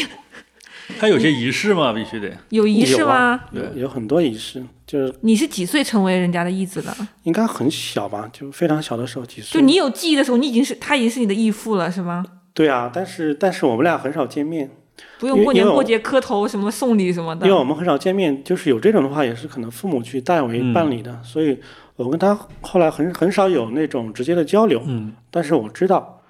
他有些仪式嘛，必须得。
有仪式
有
吗？
啊有
对
有很多仪式，就是
你是几岁成为人家的义子的？
应该很小吧，就非常小的时候几岁，
就你有记忆的时候，你已经是他已经是你的义父了，是吗？
对啊，但是但是我们俩很少见面，
不用
因为
过年
因为我
过节磕头什么送礼什么的
因为。我们很少见面，就是有这种的话，也是可能父母去代为办理的，
嗯
所以我跟他后来很很少有那种直接的交流，
嗯，
但是我知道，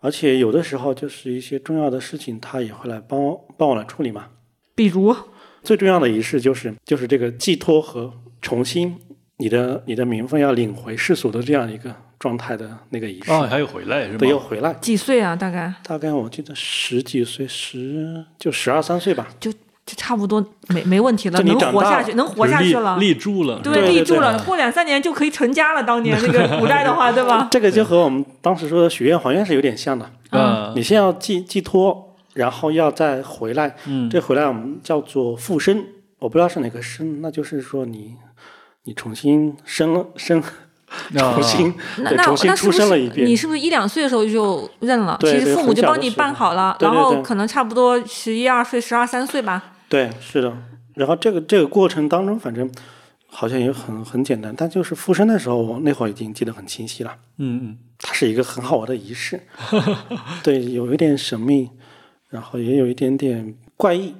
而且有的时候就是一些重要的事情，他也会来帮我帮我来处理嘛。
比如，
最重要的仪式就是就是这个寄托和重新你的你的名分要领回世俗的这样一个状态的那个仪式，
啊，还有回来是
对，又
吗？
回来。
几岁啊？大概
大概我记得十几岁，十就十二三岁吧，
就差不多没没问题了，
就你
能
长
活
大
下
了
去，能活下
立
去了。
立住了，
对
对，立
对
住
对
了，过两三年就可以成家了。当年那个古代的话，对吧？
这个就和我们当时说的许愿还愿是有点像的。
啊，
你先要寄寄托，然后要再回来，
嗯，
这回来我们叫做复生。我不知道是哪个生，那就是说你你重新生了生，
啊
嗯重新、
那
对
那
重新
那是
出
不
生了
是
一遍
你。是不是一两岁的时候就认了？
对
其实
对
父母
很
就
小
帮
的
你
时候
办好了，
对对
然后
对
可能差不多十一二岁、十二三岁吧。
对，是的。然后这个这个过程当中，反正好像也很很简单，但就是复生的时候，我那会儿已经记得很清晰了。
嗯嗯，
它是一个很好玩的仪式， 对，有一点神秘，然后也有一点点怪异，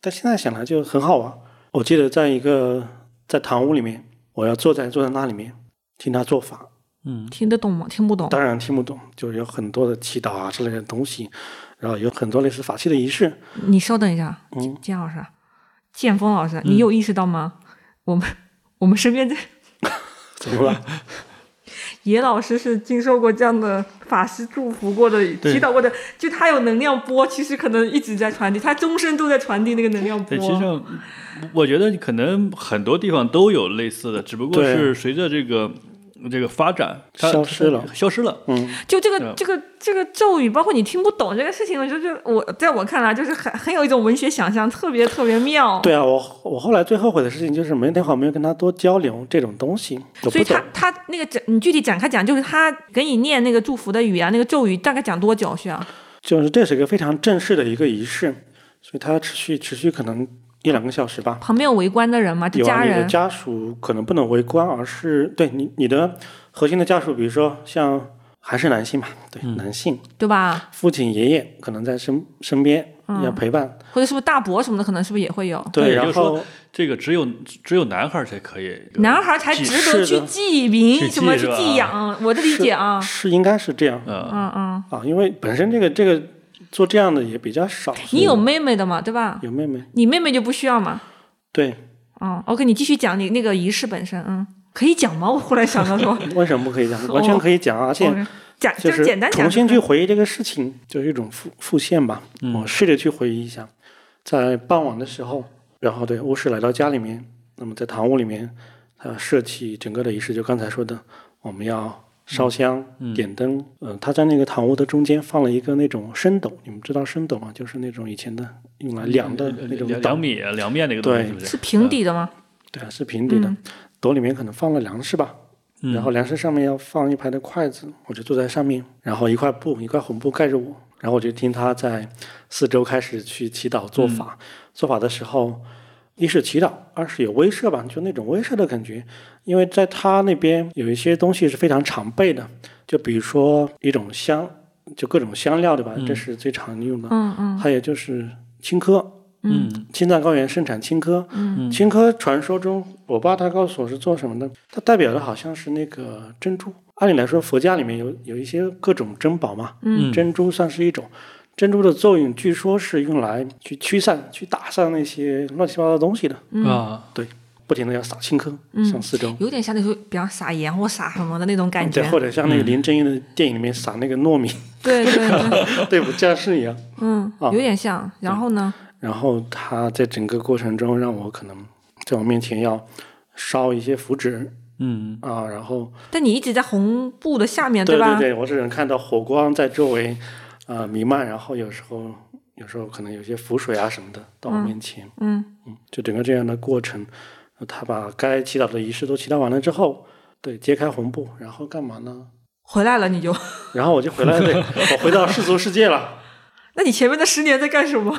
但现在想来就很好玩。我记得在一个在堂屋里面，我要坐在坐在那里面听他做法，
嗯
听得懂吗？听不懂。
当然听不懂，就是有很多的祈祷啊之类的东西，然后有很多类似法器的仪式。
你稍等一下，
嗯
建老师，建峰老师，你 有意识到吗？我们我们身边这
怎么了？
野老师是经受过这样的法师祝福过的、
对
祈祷过的，就他有能量波，其实可能一直在传递，他终身都在传递那个能量波。
对，其实上我觉得可能很多地方都有类似的，只不过
对
是随着这个这个发展，它
消失了
它消失了。
嗯，
就这个
嗯
这个这个咒语，包括你听不懂这个事情，我就是我在我看来就是很很有一种文学想象，特别特别妙。
对啊，我我后来最后悔的事情就是没那会儿没有跟他多交流这种东西，我
所以
不懂
他。他那个展，你具体展开讲，就是他给你念那个祝福的语啊，那个咒语大概讲多久需要？
就是这是一个非常正式的一个仪式，所以它持续持续可能一两个小时吧。
旁边有围观的人吗？就
有啊，
家
你的
人。
家属可能不能围观，而是对你你的核心的家属，比如说像还是男性嘛，对、
嗯
男性，
对吧？
父亲、爷爷可能在身身边
嗯
要陪伴，
或者是不是大伯什么的，可能是不是也会有？
那
对，
也就
然
是说
后
这个只有只有男孩儿才可以，
男孩才值得去寄
去
名，
寄
什么去
是吧
寄养，我的理解啊，
是应该是这样
嗯，
嗯嗯。
啊，因为本身这个这个做这样的也比较少。所以
你有妹妹的嘛，对吧？
有妹妹？
你妹妹就不需要嘛。
对，
嗯，OK，你继续讲你那个仪式本身，嗯，可以讲吗？我忽然想 到说，
为什么不可以 讲？完全可以讲啊，而且
哦讲
就
就是简单讲
重新去回忆这个事情，就是一种复复现吧。我试着去回忆一下，在傍晚的时候，然后对巫师来到家里面，那么在堂屋里面，他设计整个的仪式，就刚才说的，我们要烧香、点灯。呃，他在那个堂屋的中间放了一个那种升斗，你们知道升斗吗？就是那种以前的用来嗯量的那种
两
斗
两，米啊两面那个东西
对
是不
是
是？
平底的吗？
对啊，是平底的。
嗯
斗里面可能放了粮食吧，
嗯
然后粮食上面要放一排的筷子，我就坐在上面，然后一块布一块红布盖着我，然后我就听他在四周开始去祈祷做法。做法的时候，一是祈祷，二是有威慑吧，就那种威慑的感觉。因为在他那边有一些东西是非常常备的，就比如说一种香，就各种香料，对吧？这是最常用的。
嗯嗯
还有就是青稞，
嗯，
青藏高原生产青稞，
嗯
青稞传说中，我爸他告诉我是做什么的，它代表的好像是那个珍珠。按理来说，佛家里面有有一些各种珍宝嘛，
嗯
珍珠算是一种。珍珠的作用据说是用来去驱散、去打散那些乱七八糟的东西的，
嗯，
啊，
不停的要撒青稞
嗯
向四周，
有点像那时候，比方撒盐或撒什么的那种感觉
对，。或者像那个
嗯
林正英的电影里面撒那个糯米，
对对对，
对不架势一样。
嗯，
啊嗯
有点像。然后呢？
然后他在整个过程中让我可能在我面前要烧一些符纸
嗯，
啊，然后
但你一直在红布的下面，
对
嗯吧？
对，我只能看到火光在周围，呃，弥漫，然后有时候有时候可能有些浮水啊什么的到我面前，
嗯，
嗯就整个这样的过程，呃他把该祈祷的仪式都祈祷完了之后，对，揭开红布，然后干嘛呢？
回来了你就。
然后我就回来，对我回到世俗世界了。
那你前面的十年在干什么？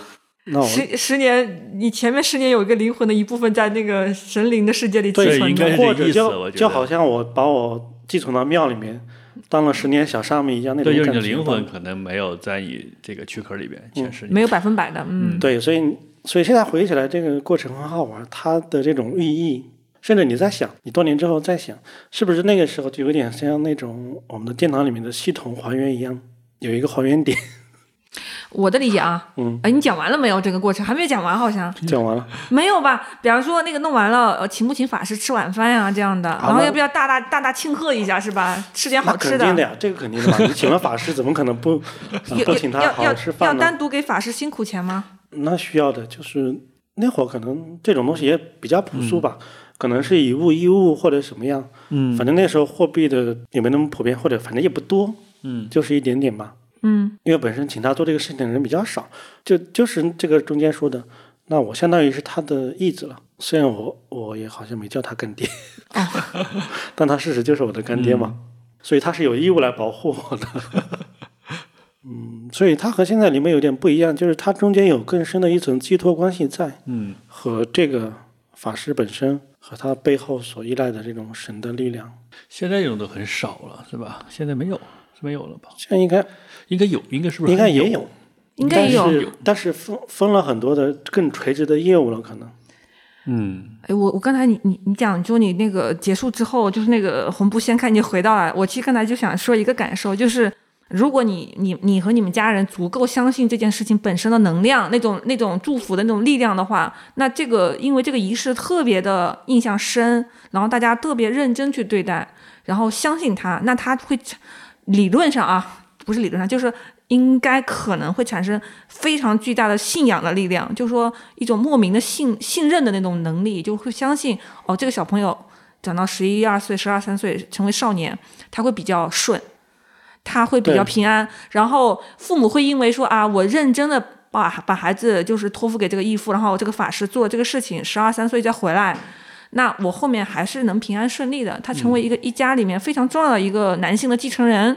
那我
十十年，你前面十年有一个灵魂的一部分在那个神灵的世界里寄
对
存
应该
着
是。
或者
这意思
就
我觉得
就好像我把我寄存到庙里面，当了十年小沙弥一样那种
对，就
感
是
觉
你
吧。
的灵魂可能没有在你这个躯壳里边
嗯
显示你。
没有百分百的，嗯，
对，所以所以现在回忆起来，这个过程很好玩，它的这种寓意，甚至你在想，你多年之后再想，是不是那个时候就有点像那种我们的殿堂里面的系统还原一样，有一个还原点。
我的理解啊，
嗯，
哎，你讲完了没有？这个过程还没有讲完，好像
讲完了，
没有吧？比方说那个弄完了，呃，请不请法师吃晚饭呀、这样的，然后
那
要不要大大大大庆贺一下是吧？吃点
那
好吃
肯定的呀，这个肯定的嘛。你请了法师，怎么可能不、呃
有
不
有
请他
要
好
要
好吃
要
饭呢？
单独给法师辛苦钱吗？
那需要的就是那会儿可能这种东西也比较朴素吧，可能是以物易物或者什么样。
嗯
反正那时候货币的也没那么普遍，或者反正也不多，
嗯
就是一点点吧。
嗯
因为本身请他做这个事情的人比较少，就就是这个中间说的，那我相当于是他的义子了。虽然我我也好像没叫他干爹， 但他事实就是我的干爹嘛，所以他是有义务来保护我的。嗯，所以他和现在里面有点不一样，就是他中间有更深的一层寄托关系在，
嗯
和这个法师本身和他背后所依赖的这种神的力量。
现在这种都很少了，是吧？现在没有，是没有了吧？
现在应该
应该有，应该是不是？
应该也有，
应该也有
但是但是分分了很多的更垂直的业务了，可能。
嗯，
哎，我我刚才你你你讲，就你那个结束之后，就是那个红布掀开，你回到来，我其实刚才就想说一个感受，就是如果你你你和你们家人足够相信这件事情本身的能量，那种那种祝福的那种力量的话，那这个因为这个仪式特别的印象深，然后大家特别认真去对待，然后相信它，那它会理论上啊，不是理论上，就是应该可能会产生非常巨大的信仰的力量，就说一种莫名的信信任的那种能力，就会相信哦，这个小朋友长到十一二岁、十二三岁成为少年，他会比较顺。他会比较平安，然后父母会因为说啊，我认真的把把孩子就是托付给这个义父，然后这个法师做了这个事情，十二三岁再回来，那我后面还是能平安顺利的。他成为一个、一家里面非常重要的一个男性的继承人，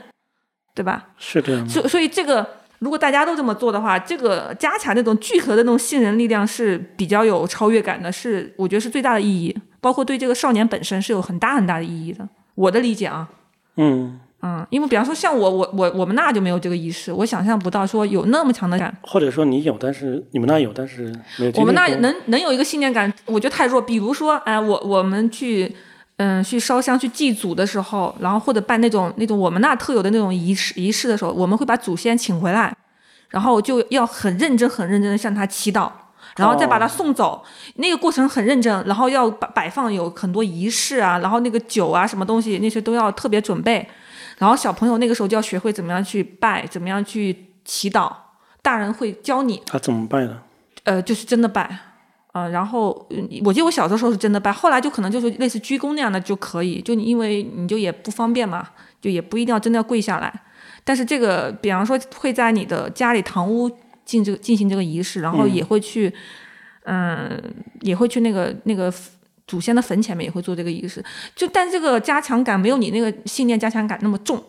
对吧？
是这样的。
所所以这个，如果大家都这么做的话，这个加强那种聚合的那种信任力量是比较有超越感的，是我觉得是最大的意义，包括对这个少年本身是有很大很大的意义的。我的理解啊，
嗯，
嗯，因为比方说像我我我我们那就没有这个仪式，我想象不到说有那么强的感。
或者说你有，但是你们那有，但是没有经历过。
我们那能能有一个信念感，我觉得太弱。比如说，哎，我我们去嗯去烧香去祭祖的时候，然后或者办那种那种我们那特有的那种仪式仪式的时候，我们会把祖先请回来，然后就要很认真很认真的向他祈祷。然后再把它送走，那个过程很认真，然后要摆摆放有很多仪式啊，然后那个酒啊什么东西那些都要特别准备，然后小朋友那个时候就要学会怎么样去拜，怎么样去祈祷，大人会教你，
他怎么办呢？
呃，就是真的拜，啊、然后嗯我记得我小的时候是真的拜，后来就可能就是类似鞠躬那样的就可以，就你因为你就也不方便嘛，就也不一定要真的要跪下来，但是这个比方说会在你的家里堂屋进这个进行这个仪式，然后也会去，嗯、也会去那个那个。祖先的坟前面也会做这个仪式，就但这个加强感没有你那个信念加强感那么重，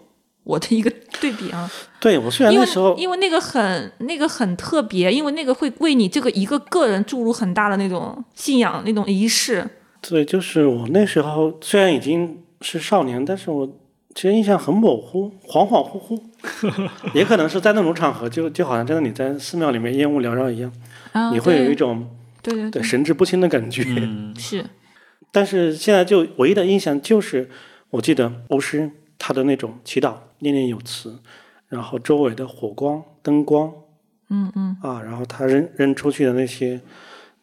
我的一个对比啊。
对我虽然
因
那
为
时候
因为那个很那个很特别，因为那个会为你这个一个个人注入很大的那种信仰、那种仪式。
对，就是我那时候虽然已经是少年，但是我其实印象很模糊，恍恍惚惚， 也可能是在那种场合，就就好像真的你在寺庙里面烟雾缭绕一样，你会有一种
啊对对
对神志不清的感觉。
嗯，
是
但是现在就唯一的印象就是，我记得巫师他的那种祈祷念念有词，然后周围的火光、灯光，
嗯嗯
啊，然后他扔扔出去的那些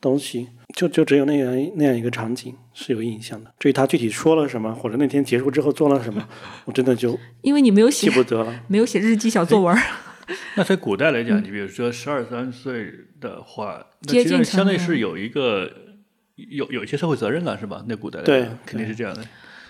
东西，就就只有那样一那样一个场景是有印象的。至于他具体说了什么，或者那天结束之后做了什 么，我真的就
因为你没有
记
写
不哎得了。
没有写日记小作文儿，
那在古代来讲，你比如说十二三岁的话，那
接
其
近
实相
成
对
年
是有一个有有一些社会责任了，是吧？那古代来
对
讲肯定是这样的。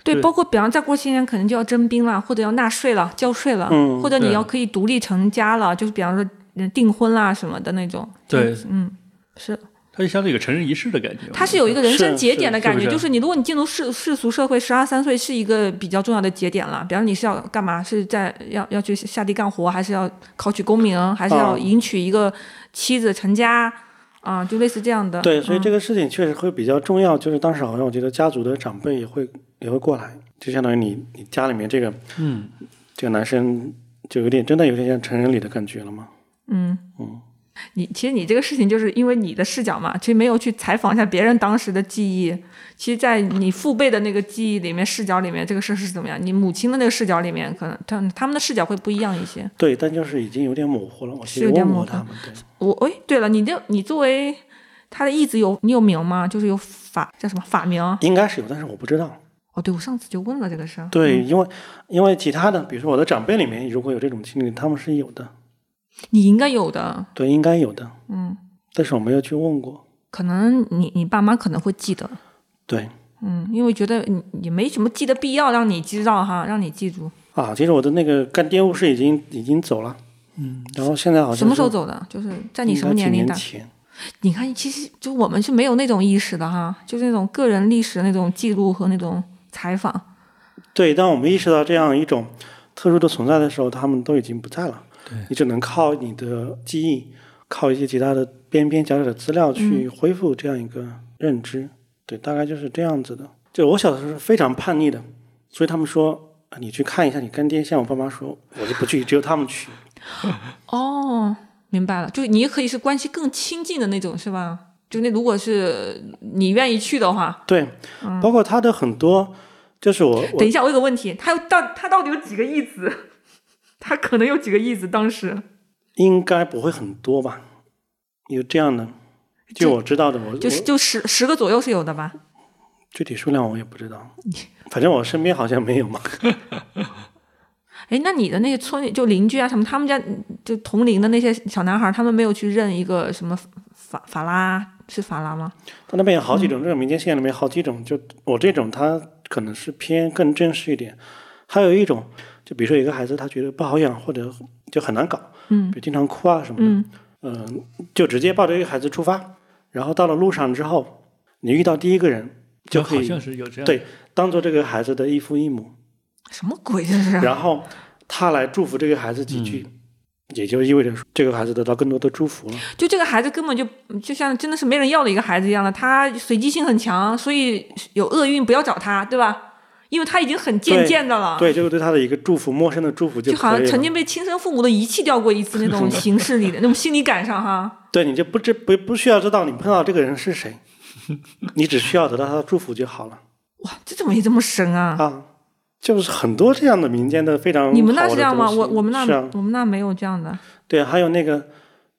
对，
对
包括比方再过些年可能就要征兵了，或者要纳税了、交税了，
嗯
或者你
对
要可以独立成家了，就是比方说嗯订婚啦什么的那种。
对，
嗯，是。
它就相当于有成人仪式的感觉。
它是有一个人生节点的感觉，
是是是不
就
是
是你如果你进入世世俗社会，十二三岁是一个比较重要的节点了。比方你是要干嘛？是在要要去下地干活，还是要考取功名，还是要
嗯
迎娶一个妻子成家啊、就类似这样的。
对，所以
嗯
这个事情确实会比较重要。就是当时好像我觉得家族的长辈也会也会过来，就相当于你你家里面这个
嗯，
这个男生就有点真的有点像成人礼的感觉了嘛。
嗯
嗯，
你其实你这个事情就是因为你的视角嘛，其实没有去采访一下别人当时的记忆。其实，在你父辈的那个记忆里面、视角里面，这个事是怎么样？你母亲的那个视角里面，可能他他们的视角会不一样一些。
对，但就是已经有点模糊了。我
是
其实
有点
问过
模糊
他们，对，
我哎，对了，你的你作为他的义子有你有名吗？就是有法叫什么法名？
应该是有，但是我不知道。
哦，对，我上次就问了这个事儿。
对，因为因为其他的，比如说我的长辈里面如果有这种经历，他们是有的，
你应该有的，
对，应该有的，
嗯，
但是我没有去问过。
可能你你爸妈可能会记得，
对
嗯，因为觉得你也没什么记的必要让你知道哈，让你记住。
啊，其实我的那个干爹务是已经已经走了，
嗯，
然后现在好像
什么时候
哦是
走的？就是在
应
你
该
什么年龄
几
的
年？前，
你看，其实就我们是没有那种意识的哈，就是那种个人历史的那种记录和那种采访。
对，当我们意识到这样一种特殊的存在的时候，他们都已经不在了。
对
你只能靠你的记忆，靠一些其他的边边角角的资
嗯
料去恢复这样一个认知。对，大概就是这样子的。就我小的时候是非常叛逆的，所以他们说啊你去看一下你干爹。像我爸妈说，我就不去，只有他们 去。
哦，明白了，就是你也可以是关系更亲近的那种，是吧？就那如果是你愿意去的话，
对，
嗯
包括他的很多，就是我我
等一下，我有个问题，他有到他到底有几个义子？ 他可能有几个亿子，当时
应该不会很多吧？有这样的，就我知道的，我
就是
我
就十十个左右是有的吧？
具体数量我也不知道，反正我身边好像没有嘛。
哎，那你的那些村里就邻居啊什么，他们家嗯就同龄的那些小男孩，他们没有去认一个什么法法拉是法拉吗？
他那边有好几种，这种民间信仰里面有好几种，就我这种他可能是偏更正式一点，还有一种就比如说有个孩子他觉得不好养或者就很难搞，
嗯
比如经常哭啊什么的，
嗯
嗯、就直接抱着一个孩子出发，然后到了路上之后，你遇到第一个人就可
好
以
像是有这样
对当做这个孩子的一父一母，
什么鬼这是？
然后他来祝福这个孩子几句，也就意味着这个孩子得到更多的祝福了。
就这个孩子根本就就像真的是没人要的一个孩子一样的，他随机性很强，所以有厄运不要找他，对吧？因为他已经很贱
对
贱的了，
对，就是对他的一个祝福，陌生的祝福
啊就好
可以
像
了。
曾经被亲生父母都遗弃掉过一次那 种形式里的那种心理感上哈。
对你就不知不不需要知道你碰到这个人是 谁，你只需要得到他的祝福就好了
哇，这怎么也这么神啊？
啊。就是很多这样的民间的非常
你们
嗯
那
好
是
的
这样吗？
东西
我我们那、
是啊，
我们那没有这样的。
对，还有那个，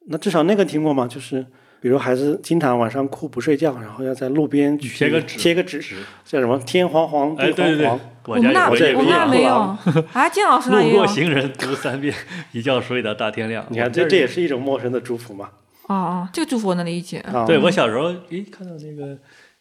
那至少那个听过吗？就是比如孩子经常晚上哭不睡觉，然后要在路边去
贴个纸
贴个纸，叫什么“天黄黄
哎，
地
对
黄
对
黄
对”，
我们
家也
那
我
会
这也
我
不
们
一
那
样
没有 啊，建老师那也
路
有
过行人读三遍，一觉睡到大天亮。
你看，
我
这这也是一种陌生的祝福嘛。
哦哦，这个祝福我能理解。
啊，
对我小时候，咦，看到那个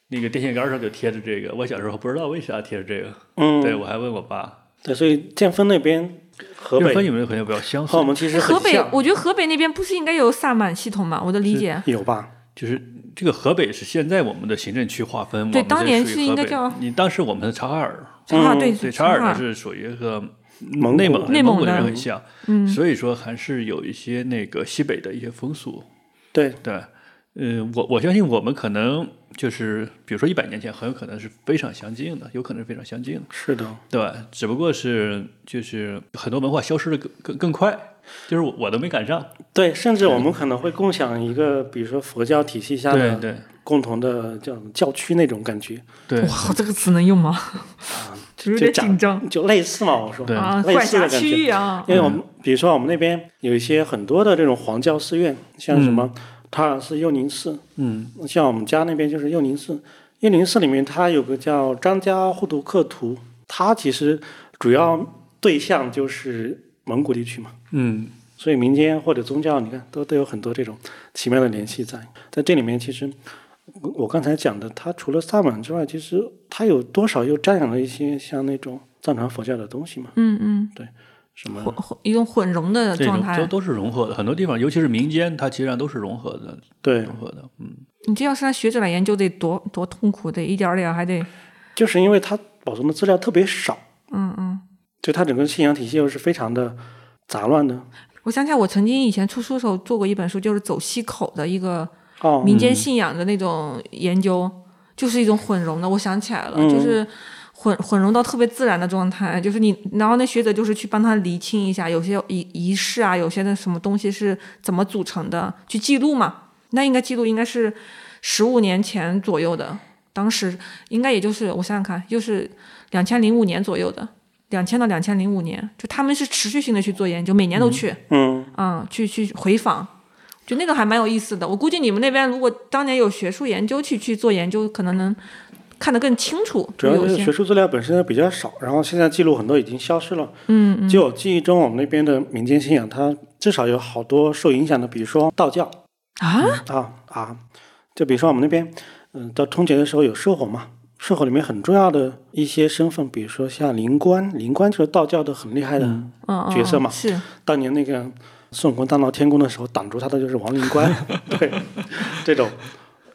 那个电线杆上就贴着这个，我小时候不知道为啥贴着这个，
嗯，
对我还问我爸，
对，所以建峰那边河
就是
北哦
说你们朋友不要相
和我
信，
们其实很
河北
像，
我觉得河北那边不是应该有萨满系统吗？我的理解。
有吧？
就是这个河北是现在我们的行政区划分，
对
我们
当
这
年
属于
是
河
应该
北
叫
你当时我们的察哈尔，
察哈尔
嗯
对
对，察
察
哈
哈
尔呢
尔
是属于和
蒙
内
古
蒙
内
蒙
蒙
古人
的
很像，
嗯
所以说还是有一些那个西北的一些风俗，
对，
对，呃，我我相信我们可能就是，比如说一百年前，很有可能是非常相近的，有可能是非常相近的，
是的，
对吧？只不过是就是很多文化消失的更更更快，就是我我都没赶上。
对，甚至我们可能会共享一个，比如说佛教体系下
对
的
对
共同的叫什么教区那种感觉，
对
哇，这个词能用吗？只是有
啊就
点紧张
讲就类似嘛。我说，
对
啊，
类
管
似
辖
的感
区域
觉。
啊。
因为我们比如说我们那边有一些很多的这种黄教寺院，像什么塔尔寺、佑宁寺，
嗯
像我们家那边就是佑宁寺，佑宁寺里面它有个叫张家护图克图，它其实主要对象就是蒙古地区嘛，
嗯，
所以民间或者宗教，你看都都有很多这种奇妙的联系在。在这里面，其实我我刚才讲的，它除了萨满之外，其实它有多少又沾染了一些像那种藏传佛教的东西嘛，
嗯嗯，
什么
混混一种混融的
这
状
种都
态。
都是融合的，很多地方，尤其是民间，它其实上都是融合的，
对，
融合的。 嗯，
你这要是让学者来研究，得多多痛苦，得一点儿点儿还得，
就是因为它保存的资料特别少，
嗯嗯。
就它整个信仰体系又是非常的杂乱的。
我想起来，我曾经以前出书的时候做过一本书，就是走西口的一个
哦，
民间信仰的那种研究，就是一种混融的。我想起来了，
嗯
就是混混融到特别自然的状态，就是你，然后那学者就是去帮他厘清一下，有些仪仪式啊，有些的什么东西是怎么组成的，去记录嘛。那应该记录应该是十五年前左右的，当时应该也就是我想想看，就是两千零五年左右的。两千到两千零五年，就他们是持续性的去做研究，每年都去，
嗯，
嗯，去去回访，就那个还蛮有意思的。我估计你们那边如果当年有学术研究去去做研究，可能能看得更清楚。
主要
有
是
些
学术资料本身比较少，然后现在记录很多已经消失了。
嗯嗯
就我记忆中，我们那边的民间信仰，它至少有好多受影响的，比如说道教
啊，
啊啊，就比如说我们那边，嗯、到春节的时候有社火嘛，社火里面很重要的一些身份，比如说像灵官，灵官就是道教的很厉害的，
嗯嗯
角色嘛
嗯是
当年那个孙悟空大闹天宫的时候，挡住他的就是王灵官， 对，这种，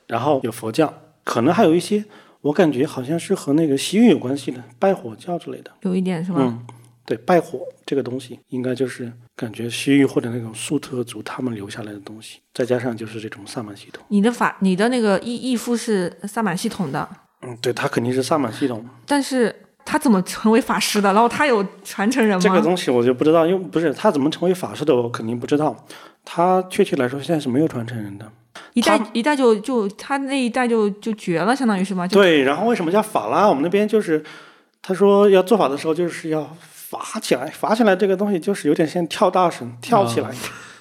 然后有佛教，可能还有一些，我感觉好像是和那个西域有关系的，拜火教之类的。
有一点是吧？
嗯，对，拜火这个东西，应该就是感觉西域或者那种粟特族他们留下来的东西，再加上就是这种萨满系统。
你的法，你的那个义义父是萨满系统的，
嗯，对，它肯定是萨满系统。
但是他怎么成为法师的？然后他有传承人吗？
这个东西我就不知道，因为不是他怎么成为法师的，我肯定不知道。他确切来说现在是没有传承人的。
一代
他
一代就就他那一代就就绝了，相当于是吗？就
对，然后为什么叫法拉？我们那边就是他说要做法的时候，就是要罚起来，罚起来这个东西就是有点像跳大神，跳起来。
啊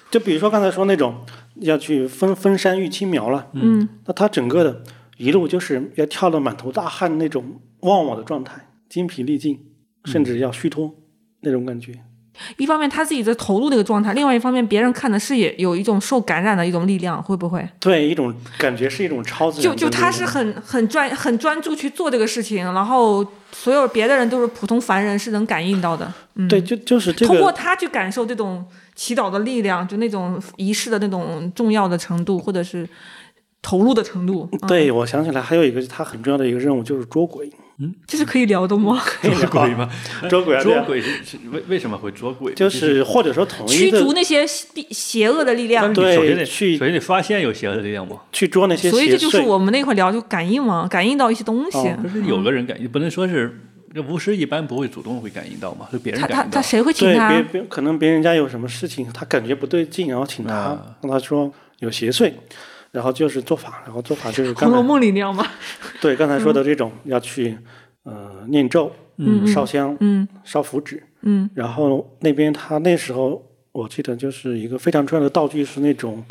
就比如说刚才说那种要去分分山育青苗了，
嗯，
那他整个的一路就是要跳得满头大汗那种忘我的状态，精疲力尽，甚
嗯
至要虚脱、那种感觉。
一方面他自己在投入那个状态，另外一方面别人看的是也有一种受感染的一种力量，会不会？
对，一种感觉是一种超自然
就
的
就他
力
是
量
很很专很专注去做这个事情，然后所有别的人都是普通凡人是能感应到的，
嗯对，就就是这
通
个
过他去感受这种祈祷的力量，就那种仪式的那种重要的程度，或者是投入的程度，嗯，
对我想起来还有一个他很重要的一个任务就是捉鬼，
这是可以聊 的吗？
捉鬼吗？
捉鬼啊，对
捉
啊，
鬼是是为为什么会捉鬼？
就是或者说统一
嗯驱
的
逐那些邪邪恶的力
但
量
是。你首
对
先得
去
首先得发现有邪恶的力量嘛。
去捉那些
所以
邪
这就是
祟。
我们那块聊，就感应嘛，感应到一些东西。
哦
可是有个人感应，不能说是这巫师一般不会主动会感应到嘛，是别人
他他
感应到
他。谁会请
对，
他？
别别，可能别人家有什么事情，他感觉不对劲，然后请他，
啊
让他说有邪祟，然后就是做法，然后做法就是
《
刚
红楼
才
梦》里那样吗？
对刚才说的这种，要去呃念咒、
嗯
烧香、
嗯
烧符纸，
嗯，
然后那边他那时候我记得就是一个非常重要的道具是那种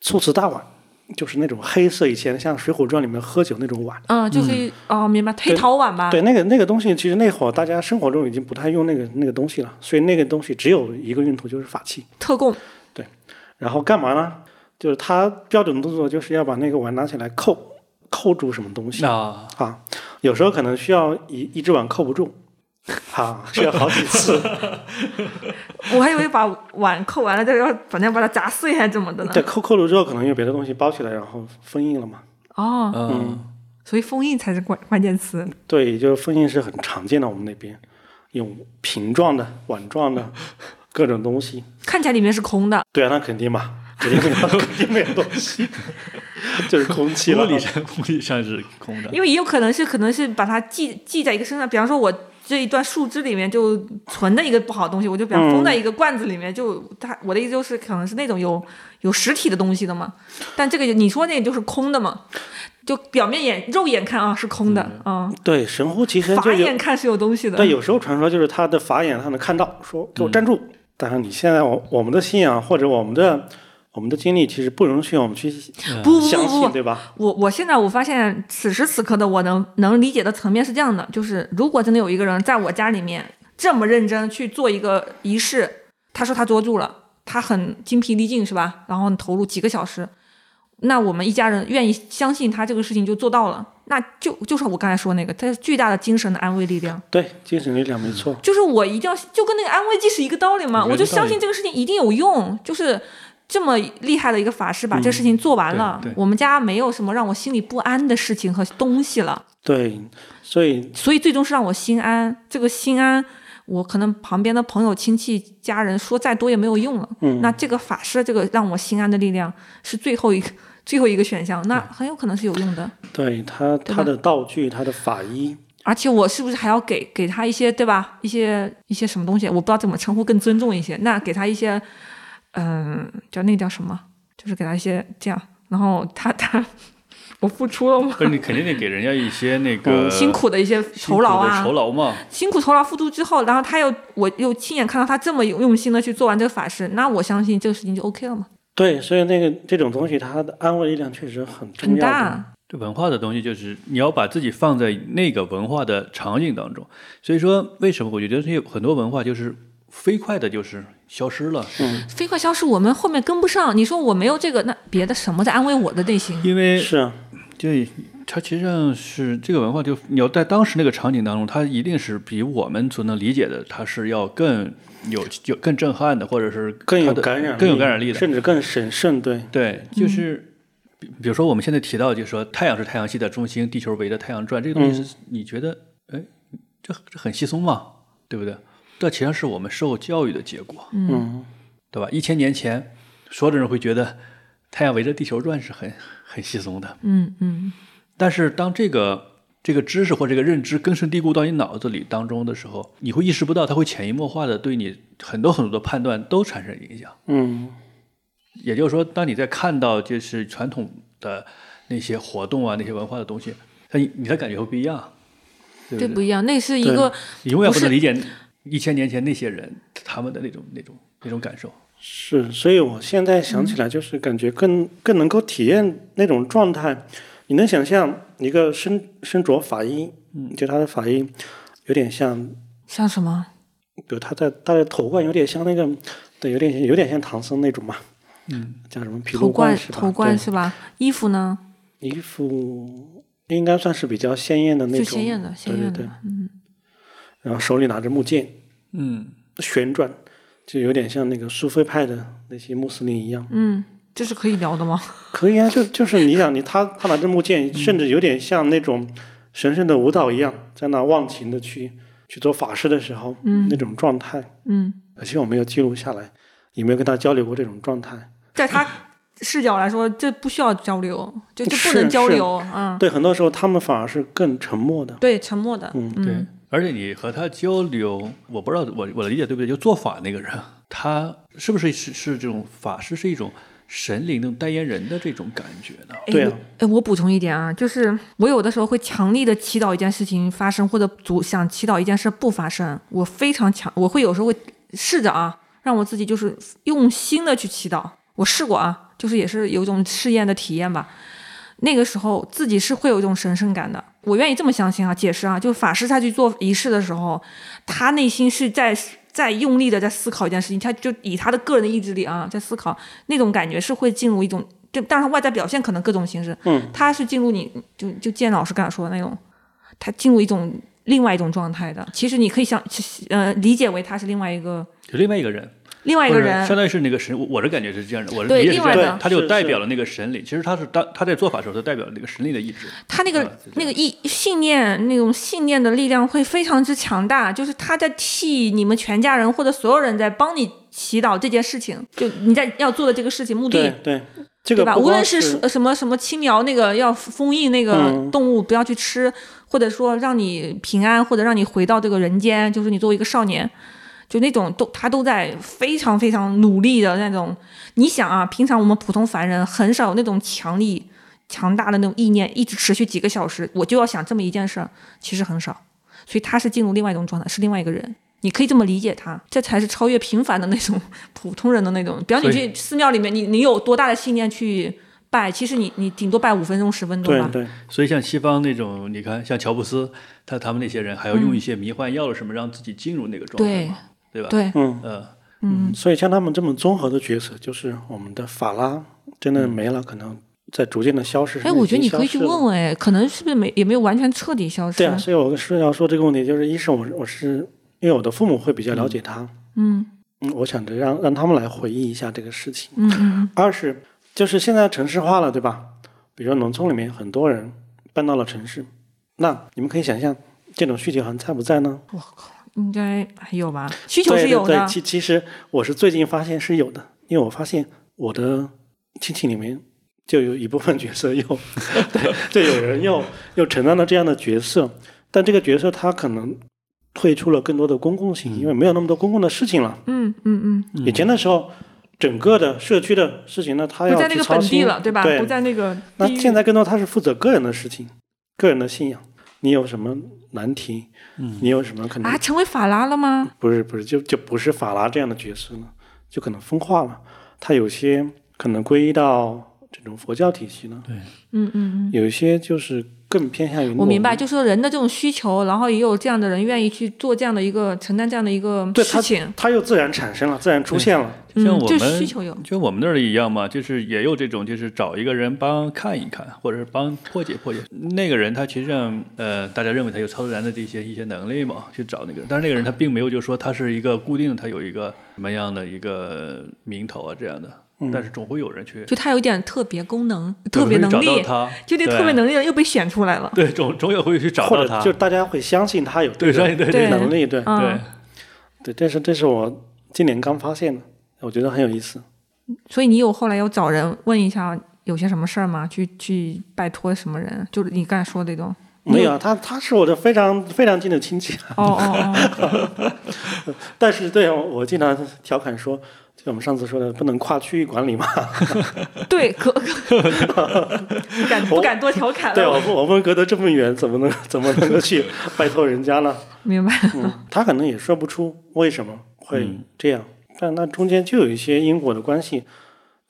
醋瓷大碗，就是那种黑色，以前像《水浒传》里面喝酒那种碗。
嗯，就可以哦，明白，黑陶碗吧？
对，那个那个东西，其实那会儿大家生活中已经不太用那个那个东西了，所以那个东西只有一个用途，就是法器。
特供，
然后干嘛呢？就是他标准动作就是要把那个碗拿起来扣扣住什么东西
啊，
啊，有时候可能需要一一只碗扣不住， 啊，需要好几次。
我还以为把碗扣完了，再要反正把它砸碎还是怎么的呢？
对，扣扣住之后，可能有别的东西包起来，然后封印了嘛。
哦，
嗯，
所以封印才是关关键词。
对，就是封印是很常见的，我们那边用瓶状的、碗状 的各种东西。
看起来里面是空的，
对啊，那肯定嘛，肯定没 有，肯定没有东西，就是空气
物
了。
理上物理上是空的，
因为也有可能是可能是把它系系在一个身上，比方说我这一段树枝里面就存的一个不好的东西，我就比
嗯
方封在一个罐子里面，就它我的意思就是可能是那种有有实体的东西的嘛，但这个你说那就是空的嘛，就表面眼肉眼看啊是空的啊，
嗯对，神乎其神就
法
有
眼看是有东西的，
但有时候传说就是他的法眼他能看到，说
嗯
给我站住。但是你现在我我们的信仰或者我们的我们的经历，其实不允许我们去
不不
相
嗯不
信，
不，
对吧？
我我现在我发现此时此刻的我能能理解的层面是这样的，就是如果真的有一个人在我家里面这么认真去做一个仪式，他说他捉住了，他很精疲力尽是吧？然后投入几个小时，那我们一家人愿意相信他这个事情就做到了，那就就是我刚才说那个，它是巨大的精神的安慰力量。
对，精神力量没错。
就是我一定要，就跟那个安慰剂是一个道理嘛，
一个
我就
道理
相信这个事情一定有用，就是。这么厉害的一个法师把这个事情做完了，
嗯对对
我们家没有什么让我心里不安的事情和东西了，
对，所以
所以最终是让我心安。这个心安，我可能旁边的朋友、亲戚、家人说再多也没有用了。
嗯
那这个法师这个让我心安的力量是最后一个最后一个选项，那很有可能是有用的。
对他
对吧
他的道具，他的法医，
而且我是不是还要给给他一些对吧？一些一些什么东西，我不知道怎么称呼，更尊重一些。那给他一些，嗯、叫那个叫什么？就是给他一些这样，然后他他我付出了吗？
不是你肯定得给人家一些那个
嗯辛苦的一些
呃辛
酬
苦
劳
的
啊，
酬劳嘛，
辛苦酬劳付出之后，然后他又我又亲眼看到他这么有用心的去做完这个法事，那我相信这个事情就 OK 了嘛，
对，所以那个这种东西，它的安慰力量确实很重
很
要的。
大，啊
这文化的东西就是你要把自己放在那个文化的场景当中，所以说为什么我觉得这些很多文化就是飞快的，就是消失了，
飞快消失，我们后面跟不上。你说我没有这个，那别的什么在安慰我的内心？
因为
是啊，
对，它其实上是这个文化就，你要在当时那个场景当中，它一定是比我们所能理解的，它是要更有有更震撼的，或者是
更有
它的
感染力，
更有感染力的。
甚至更神圣。对，
对，就是嗯比、比如说我们现在提到，就是说太阳是太阳系的中心，地球围着太阳转，这个东西是、你觉得，哎，这这很稀松嘛，对不对？这其实是我们受教育的结果，
嗯，
对吧？一千年前，所有的人会觉得太阳围着地球转是很很稀松的，
嗯嗯，
但是当这个这个知识或这个认知根深蒂固到你脑子里当中的时候，你会意识不到，它会潜移默化的对你很多很多的判断都产生影响。
嗯，
也就是说，当你在看到就是传统的那些活动啊、那些文化的东西，它你的感觉会不一样，对不
对，
对？
不一样，那是一个
你永远不能理解，一千年前那些人他们的那种那种那种感受。
是，所以我现在想起来，就是感觉更、更能够体验那种状态。你能想象一个身身着法医，嗯，就他的法医有点像，
像什么？
比如他在他的头冠有点像那个，对，有点有点像唐僧那种嘛，
嗯，
叫什么皮
头
鹿
冠
是吧？
头冠
对
是吧？衣服呢？
衣服应该算是比较鲜艳的那
最
种，
鲜艳的，鲜艳
对对
的
对，，然后手里拿着木剑
嗯，
旋转，就有点像那个苏菲派的那些穆斯林一样。
嗯，这是可以聊的吗？
可以啊，就就是你想你他他拿着木剑，甚至有点像那种神圣的舞蹈一样，在那忘情的去去做法事的时候，
嗯
那种状态，
嗯，
可惜我没有记录下来，也没有跟他交流过这种状态。
在他视角来说，这不需要交流，就就是不能交流，嗯，
对，很多时候他们反而是更沉默的。
对，沉默的，
嗯
对。而且你和他交流，我不知道我我的理解对不对？就做法那个人，他是不是是是这种法师是一种神灵的代言人的这种感觉呢？
哎
对啊
我哎，我补充一点啊，就是我有的时候会强力的祈祷一件事情发生，或者阻想祈祷一件事不发生。我非常强，我会有时候会试着啊，让我自己就是用心的去祈祷。我试过啊，就是也是有一种试验的体验吧。那个时候自己是会有一种神圣感的，我愿意这么相信啊，解释啊，就是法师他去做仪式的时候，他内心是在在用力的在思考一件事情，他就以他的个人的意志力啊，在思考那种感觉是会进入一种，这当然外在表现可能各种形式，
嗯，
他是进入你就就建老师刚才说的那种，他进入一种另外一种状态的。其实你可以想，呃，理解为他是另外一个
就另外一个人，
另外一个
或者
人
相，当于是那个神，我我的感觉是这样的，我的
对
理解是
另
这
外
样
的
的，他就是代
是
表了那个神灵。其实他是当他在做法的时候，他代表了那个神灵的意志。
他那个、
啊是这
那
样
个意信念那种信念的力量会非常之强大，就是他在替你们全家人或者所有人在帮你祈祷这件事情，就你在要做的这个事情目的
对。对，这
对
个
吧？
不
无论
光
是
是
什什么什么青苗那个要封印那个
嗯
动物不要去吃，或者说让你平安，或者让你回到这个人间，就是你作为一个少年，就那种都他都在非常非常努力的那种。你想啊，平常我们普通凡人很少有那种强力、强大的那种意念，一直持续几个小时，我就要想这么一件事儿，其实很少。所以他是进入另外一种状态，是另外一个人。你可以这么理解他，这才是超越平凡的那种普通人的那种。比 方你
所以
去寺庙里面，你你有多大的信念去拜，其实你你顶多拜五分钟、十分钟
对
吧。
对
所以像西方那种，你看像乔布斯，他他们那些人还要用一些迷幻药什么，让自己进入那个状态嘛，对吧？
对，
嗯，
呃，
嗯，
所以像他们这么综合的角色，就是我们的法拉真的没了，可能在逐渐的消失。
嗯哎，我觉得你可以
已
去
经消失了
问问，哎，可能是不是没也没有完全彻底消失
对。啊，所以我是要说这个问题，就是一是我我是因为我的父母会比较了解他，
嗯
嗯，我想着让让他们来回忆一下这个事情。
嗯嗯
二是就是现在城市化了，对吧？比如农村里面很多人搬到了城市，那你们可以想象这种需求还在不在呢？
嗯，我靠，应该还有吧？需求
对
是
对
有
对，
的，
其其实我是最近发现是有的，因为我发现我的亲戚里面就有一 部分角色又，对，就有人又 又承担了这样的角色，但这个角色他可能退出了更多的公共性，因为没有那么多公共的事情了。
嗯嗯嗯，
以前的时候，整个的社区的事情呢，他
不
要
在那
去
个
操
本地
心
了，对吧？
对
不在那个
那
地域
现在更多他是负责个人的事情，个人的信仰。你有什么难题？
嗯
你有什么可能
啊，成为法拉了吗？
不是不是，就就不是法拉这样的角色了，就可能分化了。他有些可能皈依到这种佛教体系呢，
嗯嗯嗯。
有一些就是更偏向于
我明白，
就
就是说人的这种需求，然后也有这样的人愿意去做这样的一个承担这样的一个
对
事情，
它又自然产生了，自然出现了。
就像
嗯，
我
就是需
们。
求有，
就我们那儿一样嘛，就是也有这种，就是找一个人帮看一看，或者是帮破解破解。那个人他其实上，呃，大家认为他有超自然的这些一些能力嘛，去找那个人。但是那个人他并没有就说他是一个固定，他有一个什么样的一个名头啊这样的。
嗯
但是总会有人去
就他有点特别功能、
总
特别
会
能
找到
力，
他，
就这
对
特别能力的人又被选出来了。
对，总总有会去找
或
到
者
他，
就大家会相信他有
对
这
对
个
对
对
能力，对
嗯，
对，这是这是我今年刚发现的，我觉得很有意思。
所以你有后来有找 人问一下有些什么事儿吗？去去拜托什么人？就是你刚才说的那种，
没有，他他是我的非常非常近的亲戚，啊
哦哦哦，
但是对我我经常调侃说，就我们上次说的，不能跨区域管理嘛。
哦对，可可 不敢不敢多调侃
对，啊
哦
了，
我们我们隔得这么远，怎么能怎么能够去拜托人家呢？
明白？
嗯，他可能也说不出为什么会
嗯
这样，但那中间就有一些因果的关系。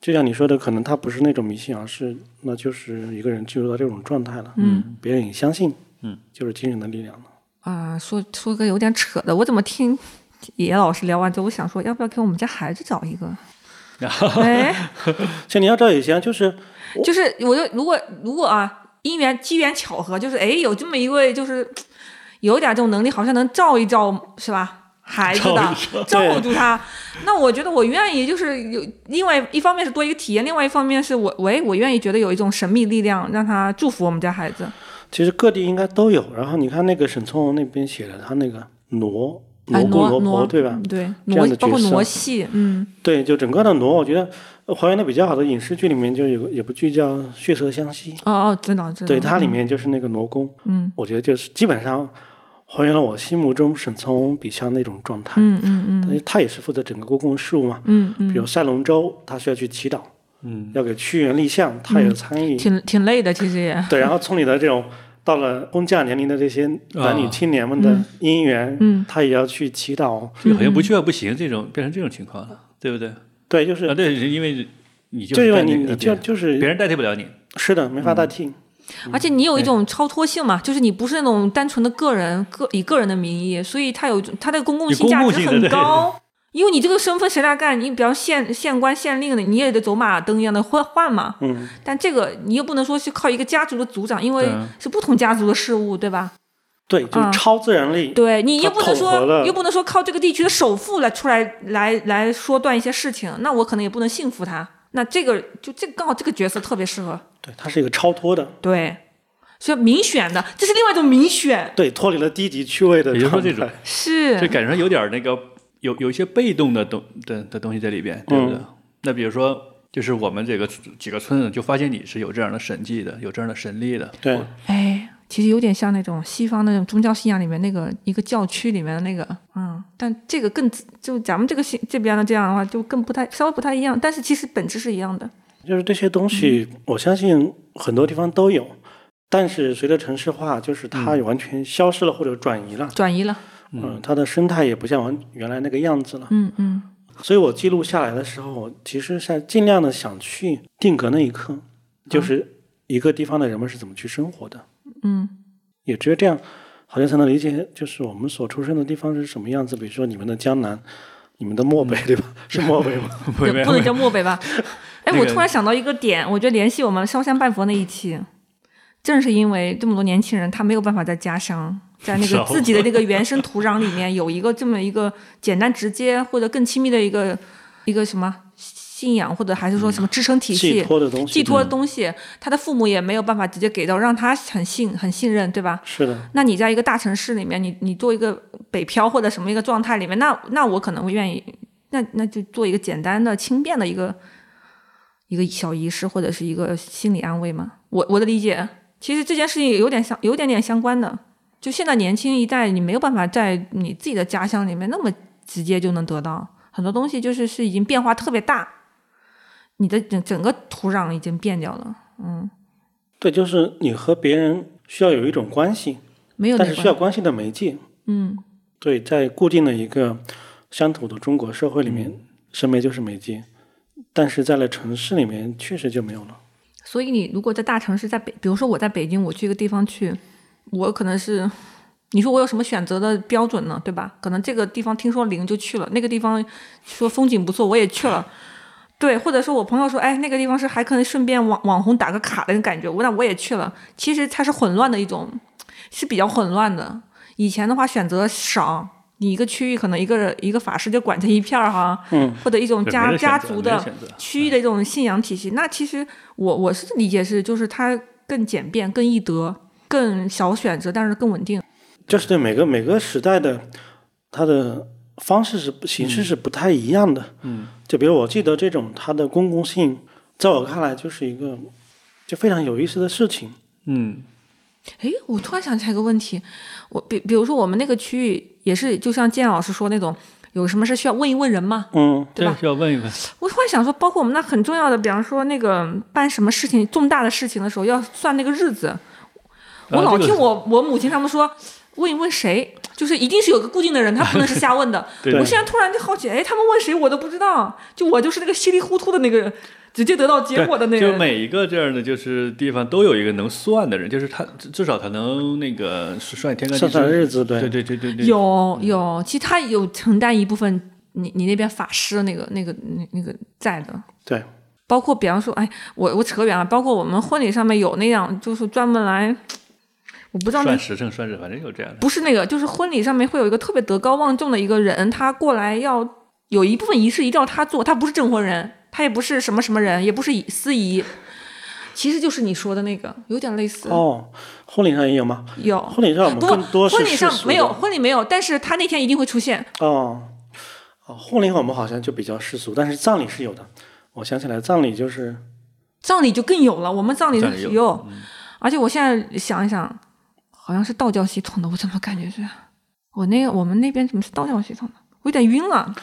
就像你说的，可能他不是那种迷信，而是那就是一个人进入到这种状态了，
嗯
别人也相信，
嗯，
就是精神的力量了。
啊、说说个有点扯的，我怎么听野老师聊完之后，我想说要不要给我们家孩子找一 个？哎，
像你要知道，有些人就是
就是我就如果如果啊，因缘机缘巧合，就是哎有这么一位就是有点这种能力，好像能照一照是吧？孩子的
照
照顾他，那我觉得我愿意，就是有另外一方面是多一个体验，另外一方面是我喂我愿意觉得有一种神秘力量让他祝福我们家孩子。
其实各地应该都有。然后你看那个沈从文那边写的，他那个傩、
哎
傩
挪
公、傩
挪
婆，对吧？
对，
这样
傩
的
包括
角色
傩戏，嗯，
对，就整个的傩，我觉得呃还原的比较好的影视剧里面就有个有部剧叫《血色湘西》，
哦哦，知道知道。
对，它里面就是那个傩公，
嗯，
我觉得就是基本上还原了我心目中沈从文笔下那种状态。
嗯嗯嗯
嗯，他也是负责整个公共事务嘛，
嗯
比
嗯，
如赛龙舟，他需要去祈祷，
嗯，
要给屈原立像，他也参与。
挺挺累的，嗯其实也，
对，然后村里的这种到了婚嫁年龄的这些男女
啊
青年们的姻缘，
嗯
他也要去祈祷。
这个好像不去啊不行，这种变成这种情况了，对不对？
对，就是、
啊，对，因为你就
就是因
代
为
替
你
不
你
了别
就
人
就是
别人代嗯替不了你，
是的，没法代替。
而且你有一种超脱性嘛，就是你不是那种单纯的个人个以个人的名义，所以它有一种它的公共性
有公
价
共
值
性的
很
对
高。因为你这个身份谁来干？你比方县县官、县令的，你也得走马灯一样的换换嘛。
嗯，
但这个你又不能说是靠一个家族的族长，因为
对啊
是不同家族的事务，对吧？
对，就是
啊
超自然力。
对你
它
又不能
统合
说
了
又不能说靠这个地区的首富来出来来来说断一些事情，那我可能也不能信服他。那这个就这刚好这个角色特别适合，
对，它是一个超脱的，
对，所以民选的这是另外一种民选，
对，脱离了低级趣味的
也就是说
状
这种
态。
是
这感觉上有点儿那个有有一些被动的东的的东西在里边，
嗯
对不对？那比如说，就是我们这个几个村子就发现你是有这样的神迹的，有这样的神力的，
对
我，
哎，其实有点像那种西方的那种宗教信仰里面那个一个教区里面的那个，嗯，但这个更就咱们这个信这边的这样的话，就更不太稍微不太一样，但是其实本质是一样的。
就是这些东西，我相信很多地方都有，但是随着城市化，就是它
嗯
也完全消失了或者转移了。
转移了，
嗯，它的生态也不像完原来那个样子了。
嗯嗯
所以我记录下来的时候，我其实是尽量的想去定格那一刻，就是一个地方的人们是怎么去生活的，
嗯，
也只有这样，好像才能理解，就是我们所出生的地方是什么样子。比如说你们的江南，你们的漠北，对吧？ 是漠北吗？
也
没
不能叫漠北 吧？哎，
那
我
个
突然想到一个点，我觉得联系我们烧香拜佛那一期，正是因为这么多年轻人他没有办法在家乡。在那
少
个自己的那个原生土壤里面，有一个这么一个简单直接或者更亲密的一个一个什么信仰，或者还
嗯
是说什么支撑体系
寄，托的东西，
寄托的东西，他的父母也没有办法直接给到，让他很信很信任，对吧？
是的，
那你在一个大城市里面，你你做一个北漂或者什么一个状态里面，那那我可能会愿意，那那就做一个简单的、轻便的一个一个小仪式或者是一个心理安慰嘛。我我的理解，其实这件事情有点相，有点点相关的。就现在年轻一代，你没有办法在你自己的家乡里面那么直接就能得到很多东西，就是是已经变化特别大，你的整整个土壤已经变掉了，嗯，
对，就是你和别人需要有一种关系，
没有那
但是需
个，
要关系的媒介。
嗯
对，在固定的一个乡土的中国社会里面，
嗯
审美就是媒介，但是在了城市里面，确实就没有了。
所以你如果在大城市，在北，比如说我在北京，我去一个地方去，我可能是，你说我有什么选择的标准呢？对吧？可能这个地方听说灵就去了，那个地方说风景不错，我也去了。对，或者说我朋友说，哎，那个地方是还可能顺便网网红打个卡的那种感觉，我那我也去了。其实它是混乱的一种，是比较混乱的。以前的话选择少，你一个区域可能一个一个法师就管这一片儿哈，
嗯，
或者一种
对
家
没人选
家
择
族
没
的
人选择
区域的一种信仰体系。那其实我我是理解是，就是它更简便、更易得、更少选择，但是更稳定。
就是对每个每个时代的它的方式是不形
嗯
式是不太一样的。
嗯，
就比如我记得这种它的公共性，在我看来就是一个就非常有意思的事情。
嗯，
诶，我突然想起来一个问题，我比比如说我们那个区域也是，就像建老师说那种，有什么事需要问一问人嘛，
嗯，
对吧
需要问一问，
我突然想说，包括我们那很重要的，比方说那个办什么事情、重大的事情的时候，要算那个日子。我
啊
老
这个
听我、我母亲他们说，问一问谁，就是一定是有个固定的人，他不能是瞎问的。
对
我现在突然就好奇，哎，他们问谁我都不知道，就我就是那个稀里糊涂的那个，直接得到结
对，
果的那
就
个。
每一个这样的就是地方都有一个能算的人，就是他至至少他能那个算天干地
算算
支。
日子，对
对对对对对，
有有，其实他有承担一部分你你那边法师那个那个那那个在的。
对
包括比方说，哎，我我扯远了，包括我们婚礼上面有那样，就是专门来，我不知道那
算时辰算日，反正有这样的。
不是那个，就是婚礼上面会有一个特别德高望重的一个人，他过来要有一部分仪式一定要他做，他不是证婚人，他也不是什么什么人，也不是司仪，其实就是你说的那个，有点类似，
哦，婚礼上也有吗？
有
婚礼上我们
不
更多是
婚礼上
世俗的
没有，婚礼没有，但是他那天一定会出现，
哦，哦，婚礼我们好像就比较世俗，但是葬礼是有的。我想起来，葬礼就是
葬礼就更有了，我们葬礼
葬礼有嗯
有，而且我现在想一想，好像是道教系统的，我怎么感觉是，我那个我们那边怎么是道教系统的？我有点晕啊了，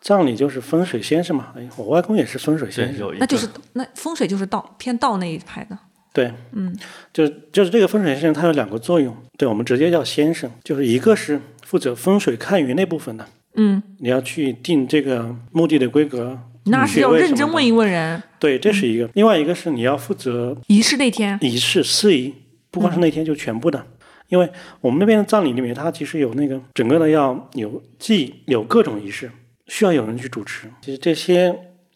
葬礼就是风水先生嘛。哎，我外公也是风水
对
先，生，
有一
那
个
就是那风水就是道偏道那一派的。
对，嗯，就就是这个风水先生，他有两个作用，对我们直接叫先生，就是一个是负责风水看云那部分的，
嗯，
你要去定这个墓地的规格，
那是要
穴位什
认
么
真
的
问一问人。
对，这是一个；另外一个是你要负责
仪式那天，
仪式司仪，不光是那天，就全部的。因为我们那边的葬礼里面，它其实有那个整个的要有祭，有各种仪式，需要有人去主持。其实这些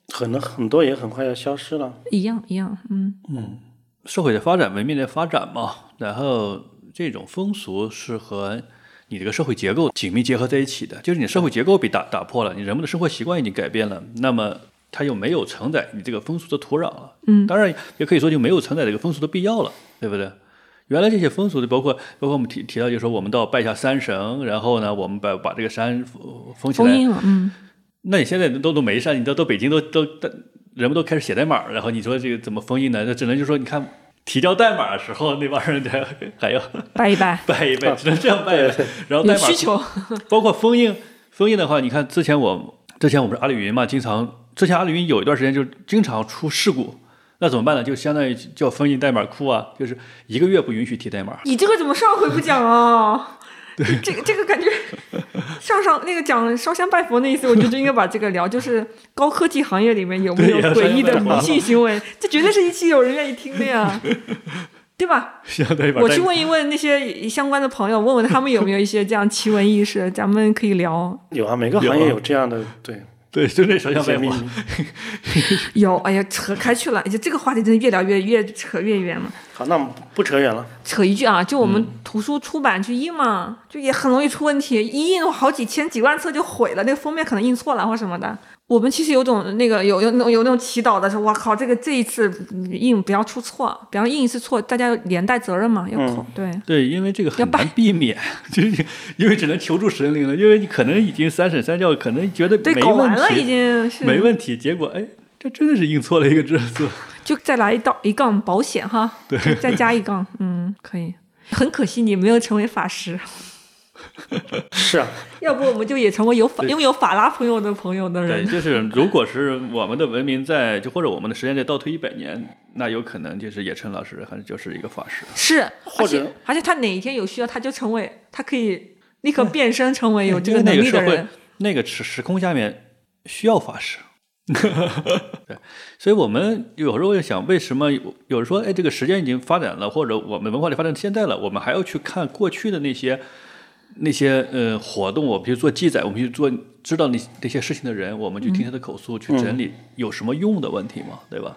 可能很多也很快要消失了。
一样一样，嗯，
社会的发展，文明的发展嘛，然后这种风俗是和你这个社会结构紧密结合在一起的，就是你的社会结构被打打破了，你人们的生活习惯已经改变了，那么它又没有承载你这个风俗的土壤了，嗯，当然也可以说就没有承载这个风俗的必要了，对不对？原来这些风俗的，包括包括我们提提到，就是说我们到拜下山神，然后呢，我们把把这个山封封起
封
来，
印了，嗯，
那你现在都都没事儿，你到到北京都都都人们都开始写代码了，然后你说这个怎么封印呢？那只能就说你看提交代码的时候，那帮人还还 要
拜一拜，
拜一拜，只能这样拜一 拜。然后代
有
码
需求，
包括封印封印的话，你看之前我之前我们是阿里云嘛，经常之前阿里云有一段时间就经常出事故，那怎么办呢？就相当于叫封印代码库啊，就是一个月不允许提代码。
你这个怎么上回不讲 啊？这个这个感觉，上上那个讲烧香拜佛那意思，我觉得应该把这个聊，就是高科技行业里面有没有
对呀
诡异的
烧香拜佛
迷信行为，这绝对是一期有人愿意听的 呀，对吧？
相当于把
我
代
去
码
问一问那些相关的朋友，问问他们有没有一些这样奇闻异事，咱们可以聊。
有啊，每个行
有
业
啊
有这样的对
对，就那烧
一
香
些
拜
秘
火
密。
有，哎呀，扯开去了，就这个话题真的越聊越越扯越远了。
好，那我们不扯远了。
扯一句啊，就我们
嗯
图书出版去印嘛，就也很容易出问题，一印好几千几万册就毁了，那个封面可能印错了或什么的。我们其实有种那个有有那种有那种祈祷的说，我靠，这个这一次印不要出错，比方印一次错，大家连带责任嘛，要
嗯
扣、对。
对，因为这个
要
很
拜
难避免， 就是你因为只能求助神灵了，因为你可能已经三审三教，可能觉得
对，
没
搞完了
问
已
题，
经是
没问题，结果哎，这真的是印错了一个字，
就再来一道一杠保险哈，对，再加一杠， 嗯，可以。很可惜你没有成为法师，
是啊，
要不我们就也成为有法
对
拥有法拉朋友的朋友的
对，
人。
就是如果是我们的文明在，就或者我们的时间在倒退一百年，那有可能就是野琛老师还是就是一个法师，
是，
或
而且
者
而且他哪一天有需要，他就成为他可以立刻变身成为有这个能
因为那个
力的
社
人
会。那个时时空下面需要 法师。对，所以我们有时候也想，为什么有有人说，哎，这个时间已经发展了，或者我们文化里发展到现在了，我们还要去看过去的那些那些呃活动，我们去做记载，我们去做知道那那些事情的人，我们去听他的口述，
嗯
去整理，有什么用的问题吗？对吧？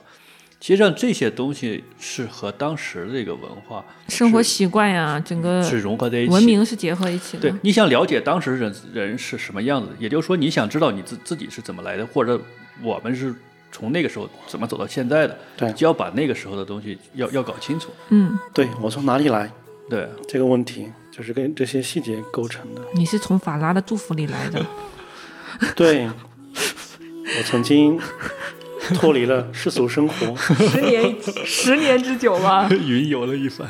其实上这些东西是和当时这个文化
生活
是
习惯呀、整个
是融合在一起的
呃文明是结合一起的
对。，你想了解当时人人是什么样子，也就是说，你想知道你自自己是怎么来的，或者我们是从那个时候怎么走到现在的，
对
就要把那个时候的东西要要搞清楚。
嗯，
对我从哪里来
对，
这个问题，就是跟这些细节构成的。
你是从法拉 的祝福里来的，
对，我曾经脱离了世俗生活，
十年十年之久啊 吧。
云游了一番。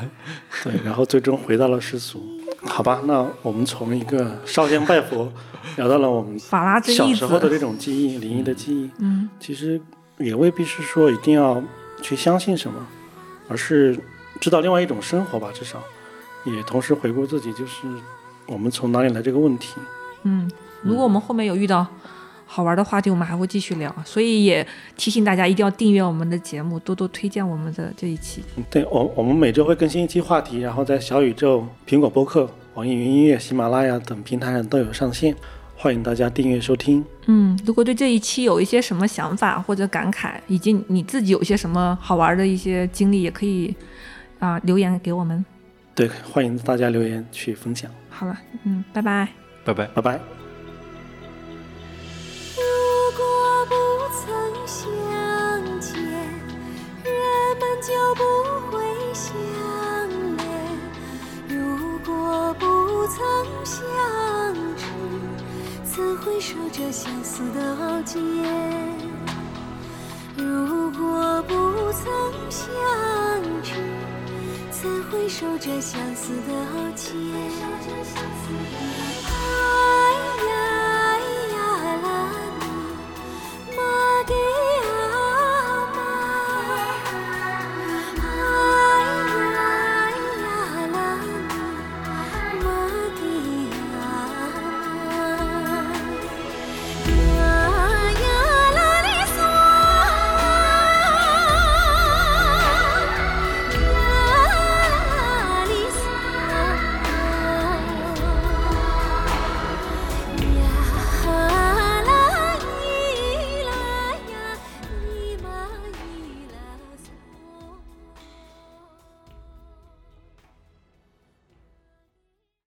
对，然后最终回到了世俗。好吧，那我们从一个烧香拜佛，聊到了我们
法拉之
小
义
时候的
子，
这种记忆，灵异的记忆，
嗯，
其实也未必是说一定要去相信什么，而是知道另外一种生活吧，至少也同时回顾自己，就是我们从哪里来这个问题。
嗯，如果我们后面有遇到好玩的话题，我们还会继续聊。所以也提醒大家一定要订阅我们的节目，多多推荐我们的这一期。
对我，我们每周会更新一期话题，然后在小宇宙、苹果播客、网易云音乐、喜马拉雅等平台上都有上线，欢迎大家订阅收听。
嗯，如果对这一期有一些什么想法或者感慨，以及你自己有一些什么好玩的一些经历，也可以啊、留言给我们。
对，欢迎大家留言去分享，
好了，嗯，拜拜。
拜拜。
拜拜。
如果不曾相见，人们就不会想念；如果不曾相知，怎会守着相思的结？如果不曾相知，怎会守着相思的结？啊哎